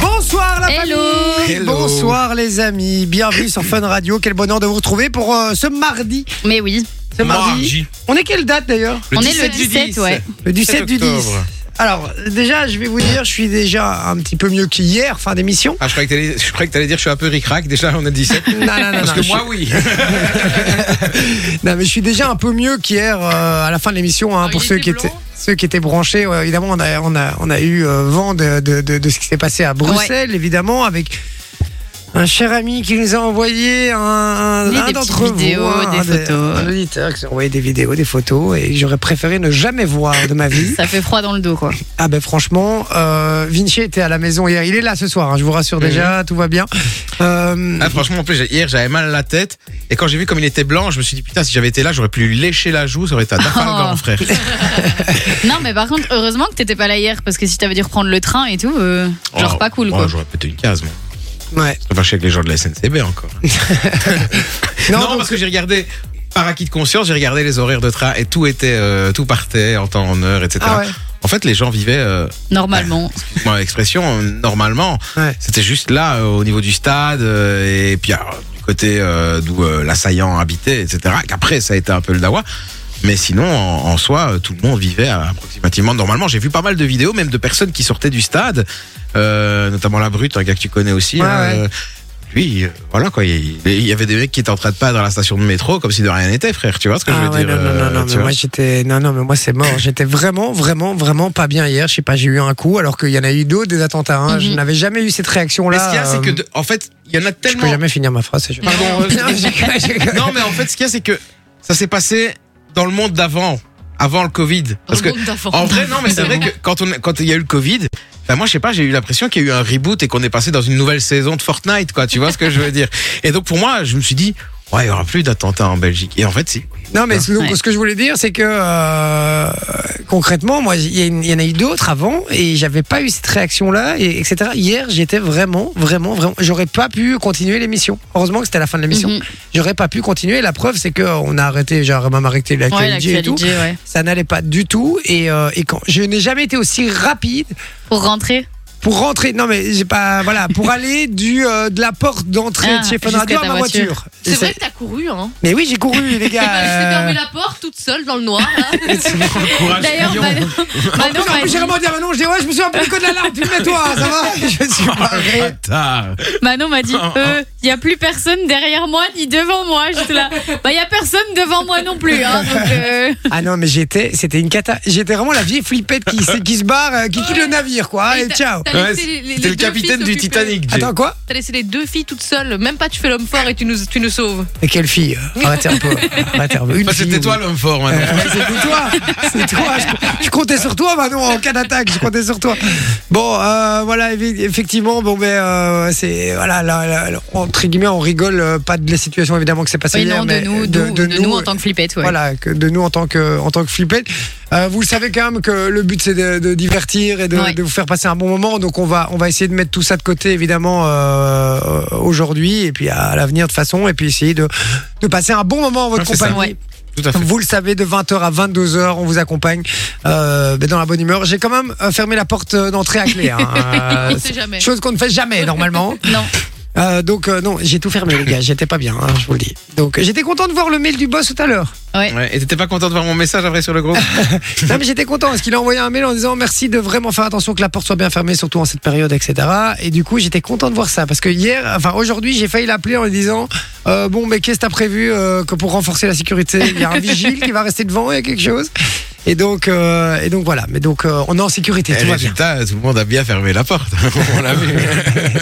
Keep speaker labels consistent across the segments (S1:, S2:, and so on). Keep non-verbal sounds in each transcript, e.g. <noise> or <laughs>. S1: Bonsoir la
S2: Hello.
S1: famille
S3: Hello.
S1: Bonsoir les amis, bienvenue sur Fun Radio, quel bonheur de vous retrouver pour euh, ce mardi.
S2: Mais oui,
S1: Ce mardi. On est quelle date d'ailleurs
S2: on est le 17, ouais.
S1: Le 17 du 10.
S3: octobre.
S1: Alors déjà je vais vous dire, je suis déjà un petit peu mieux qu'hier, fin d'émission.
S3: Ah, je croyais que t'allais, je croyais que t'allais dire je suis un peu ric-rac. Déjà, on est le 17.
S1: Non, non, Ah, non,
S3: Parce
S1: non,
S3: que
S1: je-
S3: moi, oui.
S1: non, mais je suis déjà un peu mieux qu'hier euh, à la fin de l'émission hein,
S2: Ah,
S1: pour
S2: il
S1: ceux
S2: était
S1: qui,
S2: blanc
S1: étaient, ceux qui étaient branchés. ouais, évidemment, on a, on a, on a eu euh, vent de, de, de- de ce qui s'est passé à Bruxelles, évidemment, avec un cher ami qui nous a envoyé un, un,
S2: Oui, des
S1: d'entre
S2: petites
S1: vous,
S2: vidéos,
S1: hein,
S2: des
S1: un
S2: photos.
S1: un auditeur qui nous a envoyé des vidéos, des photos, et que j'aurais préféré ne jamais voir de ma vie.
S2: ça fait froid dans le dos, quoi.
S1: Ah ben franchement, euh, Vinci était à la maison hier. Il est là ce soir, hein, je vous rassure
S2: Mhm.
S1: déjà, tout va bien. Euh,
S3: Ah, franchement, en plus, j'ai- hier, j'avais mal à la tête. Et quand j'ai vu comme il était blanc, je me suis dit, putain, si j'avais été là, j'aurais pu lui lécher la joue. Ça aurait été un Trafalgar,
S2: Oh.
S3: frère.
S2: Non, mais par contre, heureusement que t'étais pas là hier, parce que si t'avais dû reprendre le train et tout, euh, <laughs> genre
S3: Oh,
S2: pas cool,
S3: oh,
S2: quoi.
S3: j'aurais pété une case, moi.
S1: ouais.
S3: Ça va chier avec les gens de la SNCB encore.
S1: Non,
S3: Non,
S1: donc-
S3: parce que j'ai regardé. Par acquis de conscience, j'ai regardé les horaires de train et tout était, euh, tout partait en temps, en heure, etc.
S1: Ah ouais.
S3: En fait, les gens vivaient, euh,
S2: Normalement.
S3: excuse-moi l'expression, euh, normalement.
S1: Ouais.
S3: C'était juste là, euh, au niveau du stade, euh, et puis alors, du côté euh, d'où euh, l'assaillant habitait, etc. Qu'après, ça a été un peu le dawa. Mais sinon, en, en soi, euh, tout le monde vivait euh, approximativement normalement. J'ai vu pas mal de vidéos, même de personnes qui sortaient du stade, euh, notamment la Brute, un gars que tu connais aussi.
S1: Ouais,
S3: hein,
S1: ouais.
S3: euh, lui, euh, voilà quoi. Il il y avait des mecs qui étaient en train de pas dans la station de métro comme si de rien n'était, frère. Tu vois ce que je
S1: Ah
S3: veux
S1: ouais,
S3: dire
S1: non, non, non,
S3: euh,
S1: non,
S3: tu
S1: mais
S3: vois
S1: moi j'étais, non, non, mais moi c'est mort. J'étais vraiment, vraiment, vraiment pas bien hier. Je sais pas, j'ai eu un coup, alors qu'il y en a eu d'autres des attentats. hein. Je
S2: Mhm.
S1: n'avais jamais eu cette réaction-là.
S3: Mais ce qu'il y a, c'est que,
S1: euh,
S3: de- en fait, il y en a
S1: je peux
S3: tellement.
S1: jamais finir ma phrase. c'est juste-
S3: Pardon, euh,
S1: <laughs> Non, j'ai- j'ai-
S3: Non, mais en fait, ce qu'il y a, c'est que ça s'est passé dans le monde d'avant, avant le Covid. <laughs> Parce que, en vrai, non, mais c'est vrai que quand on, quand il y a eu le Covid, ben moi, je sais pas, j'ai eu l'impression qu'il y a eu un reboot et qu'on est passé dans une nouvelle saison de Fortnite, quoi. Tu vois ce que je veux dire? Et donc, pour moi, je me suis dit, ouais, il y aura plus d'attentats en Belgique. Et en fait,
S4: <laughs>
S3: si.
S1: Non, mais ce- donc,
S2: Ouais.
S1: ce que je voulais dire, c'est que euh, concrètement, moi, il y, a une- il y en a eu d'autres avant et j'avais pas eu cette réaction-là, et, etc. Hier, j'étais vraiment, vraiment, vraiment. J'aurais pas pu continuer l'émission. Heureusement que c'était la fin de l'émission.
S2: Mhm.
S1: J'aurais pas pu continuer. La preuve, c'est que euh, on a arrêté, j'ai même arrêté la
S2: Ouais,
S1: et tout.
S2: l'actualité, ouais.
S1: ça n'allait pas du tout et, euh, et quand je n'ai jamais été aussi rapide
S2: Pour rentrer,
S1: pour rentrer non mais j'ai pas voilà pour aller du euh, de la porte d'entrée
S2: Ah,
S1: de chez Fun
S2: jusqu'à
S1: Radio à
S2: ta
S1: ma voiture,
S2: voiture.
S1: Et
S4: C'est
S1: c'est-
S4: vrai que t'as couru, hein.
S1: mais oui j'ai couru les
S4: Bah, je t'ai
S1: gars euh,
S4: fermé la porte toute seule dans le noir, là.
S3: Courage,
S2: D'ailleurs,
S3: Fillon. <laughs>
S2: Manon, Manon
S1: en
S2: m'a
S1: plus,
S2: dit,
S1: j'ai vraiment dit à Manon, je dis ouais, je me suis un peu le code de l'alarme, tu le mets toi, ça va Je suis barré.
S3: Bâtard.
S2: Manon m'a dit,
S3: Ah,
S2: euh, il y a plus personne derrière moi ni devant moi. J'étais là, bah il y a personne devant moi non plus. Hein, donc, euh,
S1: Ah non, mais j'étais, c'était une cata. J'étais vraiment la vieille flippette qui, se- qui se barre, euh, qui quitte le navire, quoi. Et
S4: t'as-
S1: ciao.
S4: T'as
S3: Ouais,
S4: laissé les- les
S3: T'es le
S4: deux
S3: capitaine
S4: filles
S3: du
S4: s'occuper.
S3: Titanic, Jay.
S1: Attends, quoi
S4: T'as laissé les deux filles toutes seules. Même pas tu fais l'homme fort et tu nous, tu nous sauves.
S1: Mais quelle fille euh, Arrêtez un peu. <laughs> Arrêtez un peu. Une
S3: Enfin,
S1: fille,
S3: C'était
S1: oui.
S3: toi l'homme fort,
S1: Euh,
S3: maintenant.
S1: ouais, c'est toi,
S2: <laughs>
S1: c'est toi. Je, je comptais sur toi, Manon, en cas d'attaque, je comptais sur toi. Bon, euh, voilà, évi- effectivement, bon, ben, euh, c'est voilà, là, là, là, entre guillemets, on rigole euh, pas de la situation évidemment que c'est passé
S2: oui,
S1: hier,
S2: non, de
S1: mais
S2: nous, de, de nous,
S3: euh,
S2: en tant que flippette, ouais.
S1: Voilà, que de nous en tant que en tant que flippette. Euh, vous le savez quand même que le but c'est de, de divertir et de,
S2: Ouais.
S1: de vous faire passer un bon moment. Donc on va on va essayer de mettre tout ça de côté évidemment euh, aujourd'hui et puis à l'avenir de façon et puis essayer de de passer un bon moment en votre
S3: Ouais, Ah, c'est ça.
S1: compagnie.
S3: Tout à fait.
S1: Vous le savez, de 20h à 22h, on vous accompagne euh, mais dans la bonne humeur. J'ai quand même euh, fermé la porte euh, d'entrée à clé. hein. Euh,
S4: On sait jamais.
S1: chose qu'on ne fait jamais normalement.
S2: Non.
S1: Euh, donc euh, non, j'ai tout fermé les gars, j'étais pas bien, hein, je vous le dis. Donc euh, j'étais content de voir le mail du boss tout à l'heure.
S3: Ouais, Et t'étais pas content de voir mon message après sur le
S1: <laughs>
S3: groupe?
S1: Non mais j'étais content parce qu'il a envoyé un mail en disant merci de vraiment faire attention que la porte soit bien fermée, surtout en cette période, etc. Et du coup j'étais content de voir ça parce que hier, enfin aujourd'hui j'ai failli l'appeler en lui disant euh, bon mais qu'est-ce que t'as prévu euh, que pour renforcer la sécurité Il y a un vigile qui va rester devant, il y a quelque chose. Et donc euh, et donc voilà, mais donc euh, on est en sécurité,
S3: Et
S1: tout va bien.
S3: résultat, tout le monde a bien fermé la porte. <laughs> On l'a vu.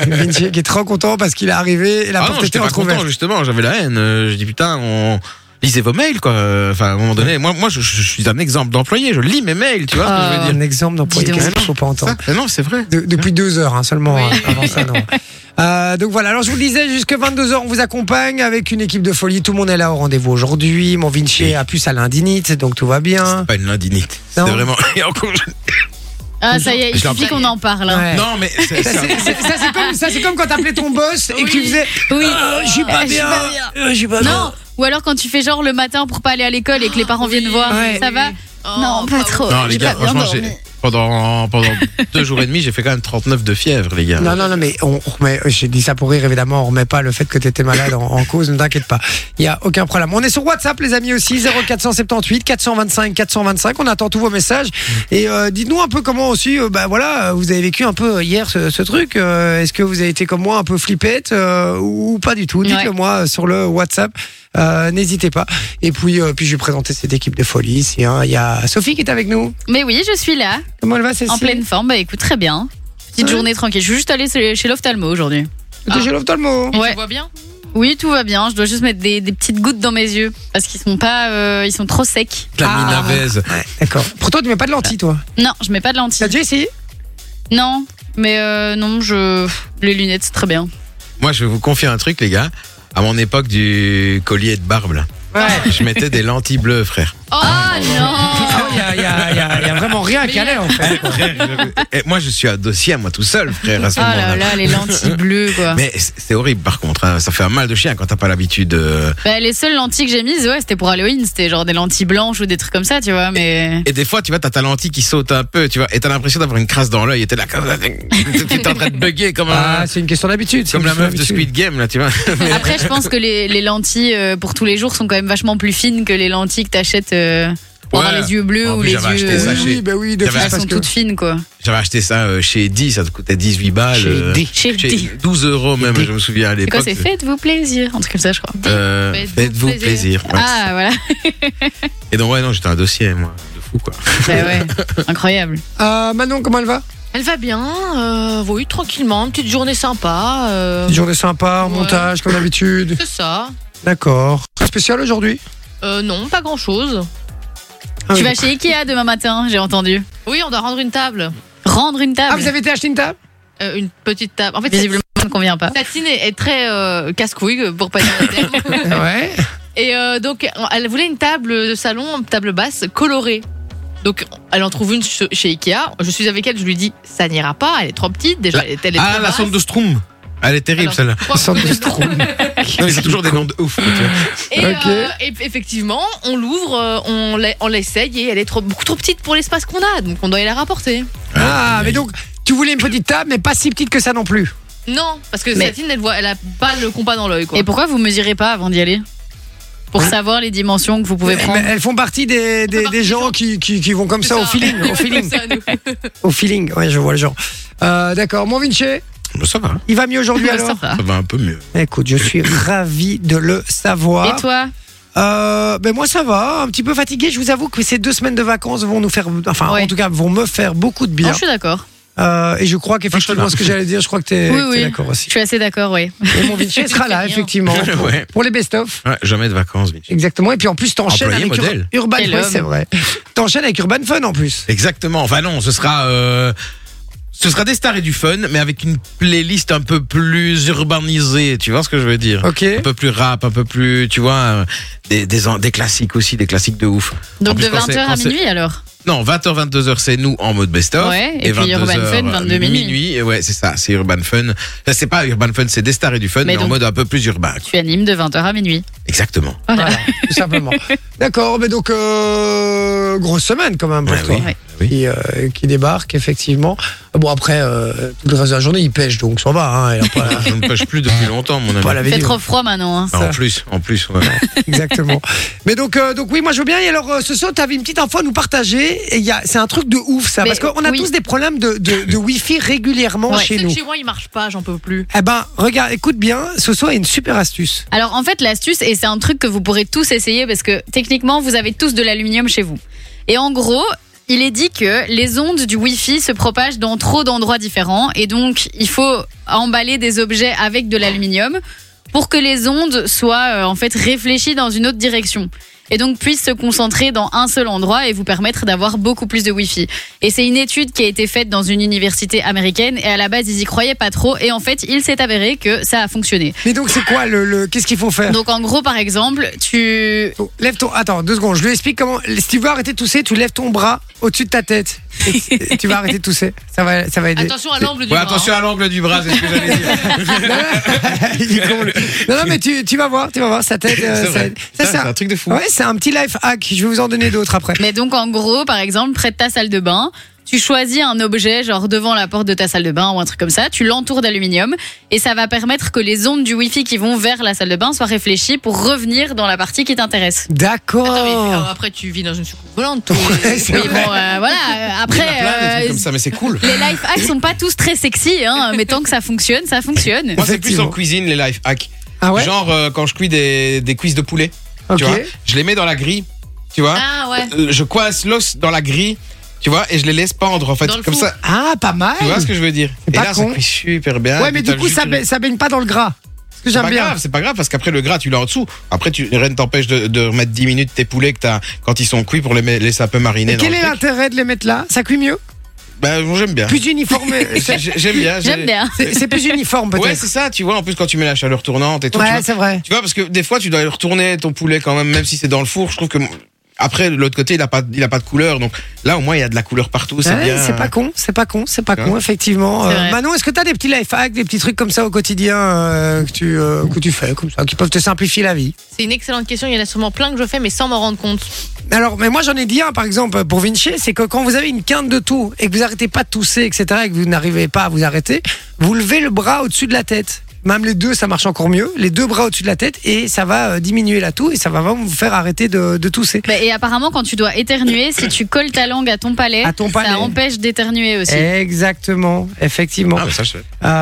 S1: Vinci qui est trop content parce qu'il est arrivé et la
S3: ah
S1: porte
S3: non,
S1: était
S3: j'étais pas
S1: entrouverte.
S3: content, justement, j'avais la haine. Euh, Je dis putain, on lisez vos mails quoi. Enfin, à un moment donné, moi, moi, je, je suis un exemple d'employé. Je lis mes mails, tu vois ce que je veux dire.
S1: Un exemple d'employé,
S2: Dis donc.
S1: qu'est-ce qu'il faut pas entendre
S3: Ça, mais non, c'est vrai.
S1: De- depuis deux heures hein, seulement.
S2: Oui.
S1: hein, avant ça, non. Euh, donc voilà, alors je vous le disais, jusque 22h, on vous accompagne avec une équipe de folie. Tout le monde est là au rendez-vous aujourd'hui. Mon Vinci
S3: Oui.
S1: a pu sa lindinite, donc tout va bien.
S3: C'est pas une lindinite. C'est
S1: Non.
S3: vraiment. <laughs> Et encore, je-
S2: Ah, ça y est, il
S3: Je l'ai
S2: suffit
S3: appris.
S2: qu'on en parle. hein.
S1: Ouais.
S3: Non, mais c'est-
S1: Ça,
S3: c'est-
S1: c'est- c'est- ça, c'est comme, ça, c'est comme quand t'appelais ton boss et que tu
S2: Oui.
S1: faisais
S2: Oui.
S1: Euh, Je suis pas
S2: Je suis
S1: bien.
S2: pas bien.
S1: Euh, Je suis pas bien.
S2: Non, ou alors quand tu fais genre le matin pour pas aller à l'école et que les parents
S4: Oui.
S2: viennent voir,
S1: Ouais.
S2: ça va <laughs>
S4: Oh,
S2: Non, pas
S4: bah
S2: trop.
S3: Non, les
S2: J'ai
S3: gars,
S2: pas bien
S3: franchement, j'ai-
S2: dormi.
S3: pendant, pendant deux jours et demi, j'ai fait quand même 39 de fièvre, les gars.
S1: Non, non, non, mais on on remet, j'ai dit ça pour rire, évidemment, on remet pas le fait que t'étais malade en, en cause, ne t'inquiète pas. Il n'y a aucun problème. On est sur WhatsApp, les amis, aussi, 0478 425 425. On attend tous vos messages. Et euh, dites-nous un peu comment aussi, euh, bah voilà, vous avez vécu un peu hier ce, ce truc. Euh, Est-ce que vous avez été comme moi un peu flippette euh, ou pas du tout Dites-le moi euh, sur le WhatsApp. Euh, N'hésitez pas. Et puis, euh, puis je vais présenter cette équipe de folie. ici, hein. Il y a Sophie qui est avec nous.
S2: Mais oui, je suis là,
S1: Comment elle va, Cécile
S2: en pleine forme. Bah écoute, très bien. Petite
S1: Ouais.
S2: journée tranquille. Je suis juste allée chez chez l'ophtalmo aujourd'hui.
S1: T'es chez l'ophtalmo.
S4: Et
S2: Ah. Ouais.
S4: Tu vois bien
S2: Oui, tout va bien. Je dois juste mettre des, des petites gouttes dans mes yeux parce qu'ils sont pas, euh, ils sont trop secs.
S3: Camille
S1: Ah.
S3: Navez.
S1: D'accord. Pourtant, tu mets pas de lentilles, toi.
S2: Non, je mets pas de lentilles.
S1: T'as déjà essayé
S2: Non, mais euh, non, je les lunettes, c'est très bien.
S3: Moi, je vais vous confier un truc, les gars. À mon époque du collier et de barbe, là, je mettais des lentilles bleues, frère.
S2: Oh non.
S1: Ah Il y a, y a- y a- y a vraiment rien qui allait en fait.
S3: Et moi, je suis dossier à moi tout seul, frère, à ce
S2: Oh là
S3: moment-là.
S2: là, les lentilles bleues quoi.
S3: Mais c'est c'est horrible, par contre. hein. Ça fait un mal de chien quand t'as pas l'habitude. euh.
S2: Bah, les seules lentilles que j'ai mises, ouais, c'était pour Halloween, c'était genre des lentilles blanches ou des trucs comme ça, tu vois, mais
S3: <laughs> Et des fois, tu vois, t'as ta lentille qui saute un peu, tu vois, et t'as l'impression d'avoir une crasse dans l'œil, et t'es là, comme- t'es en train de bugger comme, un-
S1: Ah, c'est une question d'habitude. c'est
S3: comme
S1: une
S3: la
S1: question
S3: meuf de
S1: d'habitude.
S3: Squid Game, là, tu vois. <laughs>
S2: après je pense que les, les lentilles euh, pour tous les jours sont quand même vachement plus fines que les lentilles que t'achètes euh, pour
S3: Ouais.
S2: avoir les yeux bleus
S3: En
S2: ou
S3: plus,
S2: les
S3: j'avais
S2: yeux
S3: acheté ça
S2: euh,
S3: chez-
S1: Oui, oui, bah oui, de
S3: Elles
S1: fait,
S2: elles
S1: parce
S2: sont
S1: que.
S2: toutes fines quoi.
S3: J'avais acheté ça euh, chez Eddy, ça te coûtait 18 balles.
S1: Chez
S3: euh,
S1: Eddy.
S2: Chez
S3: <laughs> chez-
S2: Eddy.
S3: 12 euros même, je me souviens à
S2: C'est quoi
S3: l'époque.
S2: c'est faites-vous plaisir, un truc comme ça je crois.
S3: Euh,
S4: Faites-vous
S3: Faites-vous plaisir.
S4: plaisir.
S3: ouais.
S2: Ah
S3: <laughs>
S2: voilà.
S3: Et donc, ouais, non, j'étais un dossier, moi, de fou, quoi.
S2: Bah ouais, incroyable.
S1: Euh, Manon, comment elle va
S4: Elle va bien, euh, oui, tranquillement, une petite journée sympa. euh,
S1: Une journée sympa, en
S4: ouais.
S1: montage, comme d'habitude.
S4: c'est ça.
S1: D'accord. Spécial aujourd'hui
S4: Euh, non, pas grand chose.
S1: Ah, oui.
S2: Tu vas chez Ikea demain matin, j'ai entendu.
S4: Oui, on doit rendre une table.
S2: Rendre une table.
S1: Ah, vous avez été acheter une table
S4: Euh, une petite table. En fait,
S2: Visiblement, ça ne convient pas.
S4: Satine est, est très euh, casse-couille, pour pas dire le <laughs> terme.
S1: Ouais.
S4: Et euh, donc, elle voulait une table de salon, une table basse colorée. Donc, elle en trouve une che- chez Ikea. Je suis avec elle, je lui dis, ça n'ira pas, elle est trop petite, déjà,
S3: La-
S4: elle est- elle est
S3: Ah,
S4: trop
S3: la
S4: basse.
S3: sonde de Stroom. Elle est terrible,
S4: Alors,
S3: celle-là.
S1: <laughs>
S4: Trois
S1: <laughs> Sans
S4: coups de-
S3: Non, mais c'est toujours des noms de ouf. tu vois.
S4: Et,
S1: Ok.
S4: euh, et effectivement, on l'ouvre, euh, on l'e- on l'essaye et elle est trop, beaucoup trop petite pour l'espace qu'on a, donc on doit y la rapporter.
S1: Ah, mais donc, tu voulais une petite table, mais pas si petite que ça non plus.
S4: Non, parce que
S2: Mais-
S4: Satine, elle, voit, elle a pas le compas dans l'œil. quoi.
S2: Et
S4: <laughs>
S2: pourquoi vous mesurez pas avant d'y aller Pour
S3: Hein
S2: savoir les dimensions que vous pouvez
S1: Eh, Mais
S2: prendre.
S1: elles font partie des, des, des gens qui, qui, qui vont comme ça, au feeling. <laughs> Au feeling.
S4: C'est ça, nous.
S1: au feeling. Ouais, je vois le genre. Euh, D'accord. Mon Vinci,
S3: Bah, ça va,
S1: il va mieux aujourd'hui
S2: Ça
S1: alors
S2: va.
S3: ça va un peu mieux.
S1: Écoute, je suis ravi de le savoir.
S4: Ah,
S2: Et toi
S1: Euh, ben moi ça va, un petit peu fatigué. Je vous avoue que ces deux semaines de vacances vont nous faire, enfin
S2: Ouais.
S1: en tout cas vont me faire beaucoup de
S2: Oh,
S1: bien.
S2: Je suis d'accord.
S1: Euh, et je crois
S3: Ah,
S1: qu'effectivement ce que j'allais dire, je crois que t'es
S2: Oui,
S1: que t'es
S2: oui.
S1: d'accord
S2: Je
S1: aussi.
S2: <laughs> suis assez d'accord, oui.
S1: Et mon Vinci sera là
S4: rien.
S1: effectivement pour,
S3: <laughs> Ouais.
S1: pour les best-of.
S3: Ouais, jamais de vacances, Vinci.
S1: Exactement. Et puis en plus t'enchaînes
S3: Employé
S1: avec Ur-
S3: modèle.
S1: Urban.
S2: Quel
S1: oui,
S2: homme.
S1: c'est vrai. T'enchaînes avec Urban Fun en plus.
S3: Exactement. Enfin, non, ce sera. euh, Ce sera des stars et du fun, mais avec une playlist un peu plus urbanisée, tu vois ce que je veux dire
S1: Ok.
S3: Un peu plus rap, un peu plus, tu vois, euh, des, des, des classiques aussi, des classiques de ouf. En
S2: Donc
S3: plus,
S2: de
S3: quand c'est-
S2: 20h à
S3: quand c'est-
S2: minuit alors
S3: Non, 20h, 22h, c'est nous en mode best-of.
S2: Ouais, et puis Urban
S3: 22h,
S2: Fun, 22
S3: euh, minuit.
S2: minuit.
S3: et ouais, c'est ça, c'est Urban Fun. Ça, C'est pas Urban Fun, c'est des stars et du fun, mais,
S2: Mais
S3: en
S2: donc-
S3: mode un peu plus urbain. quoi.
S2: Tu animes de 20h à minuit.
S3: Exactement.
S2: Voilà.
S1: Voilà, tout
S2: <laughs>
S1: simplement. D'accord. Mais donc euh, grosse semaine quand même pour
S3: Ouais,
S1: toi.
S2: Ouais.
S3: Ah oui.
S1: Qui, euh, qui débarque effectivement. Bon après euh, tout le reste de la journée il pêche donc ça va. Hein, il a pas,
S3: Je ne pêche plus
S2: <laughs>
S3: depuis longtemps, mon ami.
S1: pas la
S2: Il fait
S1: vidéo.
S2: trop froid maintenant. hein.
S3: Ah,
S1: ça.
S3: en plus, en
S2: <laughs>
S3: plus, ouais.
S1: <laughs> Exactement. Mais donc, euh, donc oui, moi je veux bien. Et alors, euh, ce soir, tu avais une petite info à nous partager. Et il y a, c'est un truc de ouf, ça.
S2: Mais
S1: parce qu'on a
S2: oui.
S1: tous des problèmes de, de, de Wi-Fi régulièrement
S2: Ouais.
S1: chez
S4: C'est que
S1: nous.
S4: chez moi, il marche pas, j'en peux plus.
S1: Eh ben, regarde, écoute bien, ce soir, il y a une super astuce.
S2: Alors en fait l'astuce, et c'est un truc que vous pourrez tous essayer parce que techniquement vous avez tous de l'aluminium chez vous. Et en gros... Il est dit que les ondes du Wi-Fi se propagent dans trop d'endroits différents et donc il faut emballer des objets avec de l'aluminium pour que les ondes soient euh, en fait réfléchies dans une autre direction et donc puissent se concentrer dans un seul endroit et vous permettre d'avoir beaucoup plus de Wi-Fi. Et c'est une étude qui a été faite dans une université américaine et à la base ils y croyaient pas trop et en fait il s'est avéré que ça a fonctionné.
S1: Mais donc, c'est quoi le, le- qu'est-ce qu'il faut faire
S2: Donc en gros, par exemple, tu...
S1: Oh, Lève ton. Attends, deux secondes. Je lui explique comment. Si tu veux arrêter de tousser, tu lèves ton bras au-dessus de ta tête. Et tu vas arrêter de tousser. Ça va, ça va aider.
S4: Attention à l'angle du
S3: Ouais,
S4: bras,
S3: attention
S4: hein.
S3: à l'angle du bras, c'est ce que j'allais dire.
S1: <laughs> Il est con, lui. non, non, mais tu, tu vas voir, tu vas voir, <laughs> ça t'aide. euh, ça
S3: C'est vrai.
S1: aide.
S3: Putain,
S1: Ça, c'est un-
S3: truc de fou.
S2: hein.
S1: Ouais, c'est un petit life hack. Je vais vous en donner d'autres après.
S2: Mais donc en gros, par exemple, près de ta salle de bain, Tu choisis un objet, genre devant la porte de ta salle de bain ou un truc comme ça, tu l'entoures d'aluminium et ça va permettre que les ondes du Wi-Fi qui vont vers la salle de bain soient réfléchies pour revenir dans la partie qui t'intéresse.
S4: Attends, mais, Ah alors,
S1: D'accord.
S4: après, tu vis dans une soucoupe
S3: Ah
S4: volante. toi.
S1: <laughs> Ouais, c'est
S2: Oui,
S1: vrai.
S2: bon, euh, voilà. euh,
S3: Il y en a
S2: Après,
S3: plein, des trucs
S2: euh,
S3: comme ça, mais c'est
S1: <laughs>
S3: cool.
S2: les life hacks sont pas tous très sexy, hein, mais tant que ça fonctionne, ça fonctionne.
S3: Moi, c'est plus
S1: Effectivement.
S3: en cuisine, les life hacks.
S1: Ah ouais
S3: Genre, euh, quand je cuis des, des cuisses de poulet,
S1: Ok.
S3: tu vois, je les mets dans la grille, tu vois.
S4: Ah ouais.
S3: Euh, Je coince l'os dans la grille, tu vois, et je les laisse pendre, en fait.
S4: Dans le
S3: Comme
S4: four.
S3: ça,
S1: Ah, pas mal.
S3: tu vois ce que je veux dire.
S1: C'est
S3: Et
S1: pas
S3: là,
S1: con.
S3: ça cuit super bien.
S1: ouais, mais
S3: Puis
S1: du
S3: t'as
S1: coup,
S3: juste
S1: ça,
S3: une-
S1: ba- ça baigne pas dans le gras. Ce que
S3: C'est
S1: j'aime
S3: pas
S1: bien.
S3: grave, c'est pas grave parce qu'après le gras tu l'as en dessous. Après tu, rien ne t'empêche de, de remettre 10 minutes tes poulets que t'as quand ils sont cuits pour les me- laisser un peu mariner.
S1: Et quel
S3: dans
S1: est
S3: le truc.
S1: l'intérêt de les mettre là Ça cuit mieux
S3: Bah, bon, j'aime bien.
S1: Plus
S3: <laughs>
S1: uniformé.
S3: J'ai-
S1: c'est-
S3: J'aime
S4: <laughs>
S3: bien. j'ai-
S2: J'aime bien.
S1: c'est c'est plus uniforme
S3: Ouais,
S1: peut-être.
S3: c'est ça. Tu vois, en plus quand tu mets la chaleur tournante et tout. tu vois,
S1: Ouais, c'est vrai.
S3: Tu vois, parce que des fois, tu dois retourner ton poulet quand même, même si c'est dans le four. Je trouve que après, de l'autre côté, il a pas, il a pas de couleur. Donc là, au moins, il y a de la couleur partout. C'est
S1: Ouais,
S3: bien. euh,
S1: C'est pas con, c'est pas con, c'est pas
S3: Ouais.
S1: con, effectivement.
S2: C'est
S1: Euh,
S2: vrai.
S1: Manon, est-ce que t'as des petits life hacks, des petits trucs comme ça au quotidien euh, que, tu, euh, que tu fais, comme ça, qui peuvent te simplifier la vie
S4: C'est une excellente question. Il y en a sûrement plein que je fais, mais sans m'en rendre compte.
S1: Alors, mais moi j'en ai dit un par exemple pour Vinci, c'est que quand vous avez une quinte de toux et que vous arrêtez pas de tousser, etc., et que vous n'arrivez pas à vous arrêter, vous levez le bras au-dessus de la tête. Même les deux, ça marche encore mieux. Les deux bras au-dessus de la tête et ça va euh, diminuer la toux et ça va vraiment vous faire arrêter de, de tousser.
S2: Bah, et apparemment, quand tu dois éternuer, si tu colles ta langue à ton palais,
S1: À ton palais.
S2: ça empêche d'éternuer aussi.
S1: Exactement, effectivement.
S3: Ah, mais ça, je sais.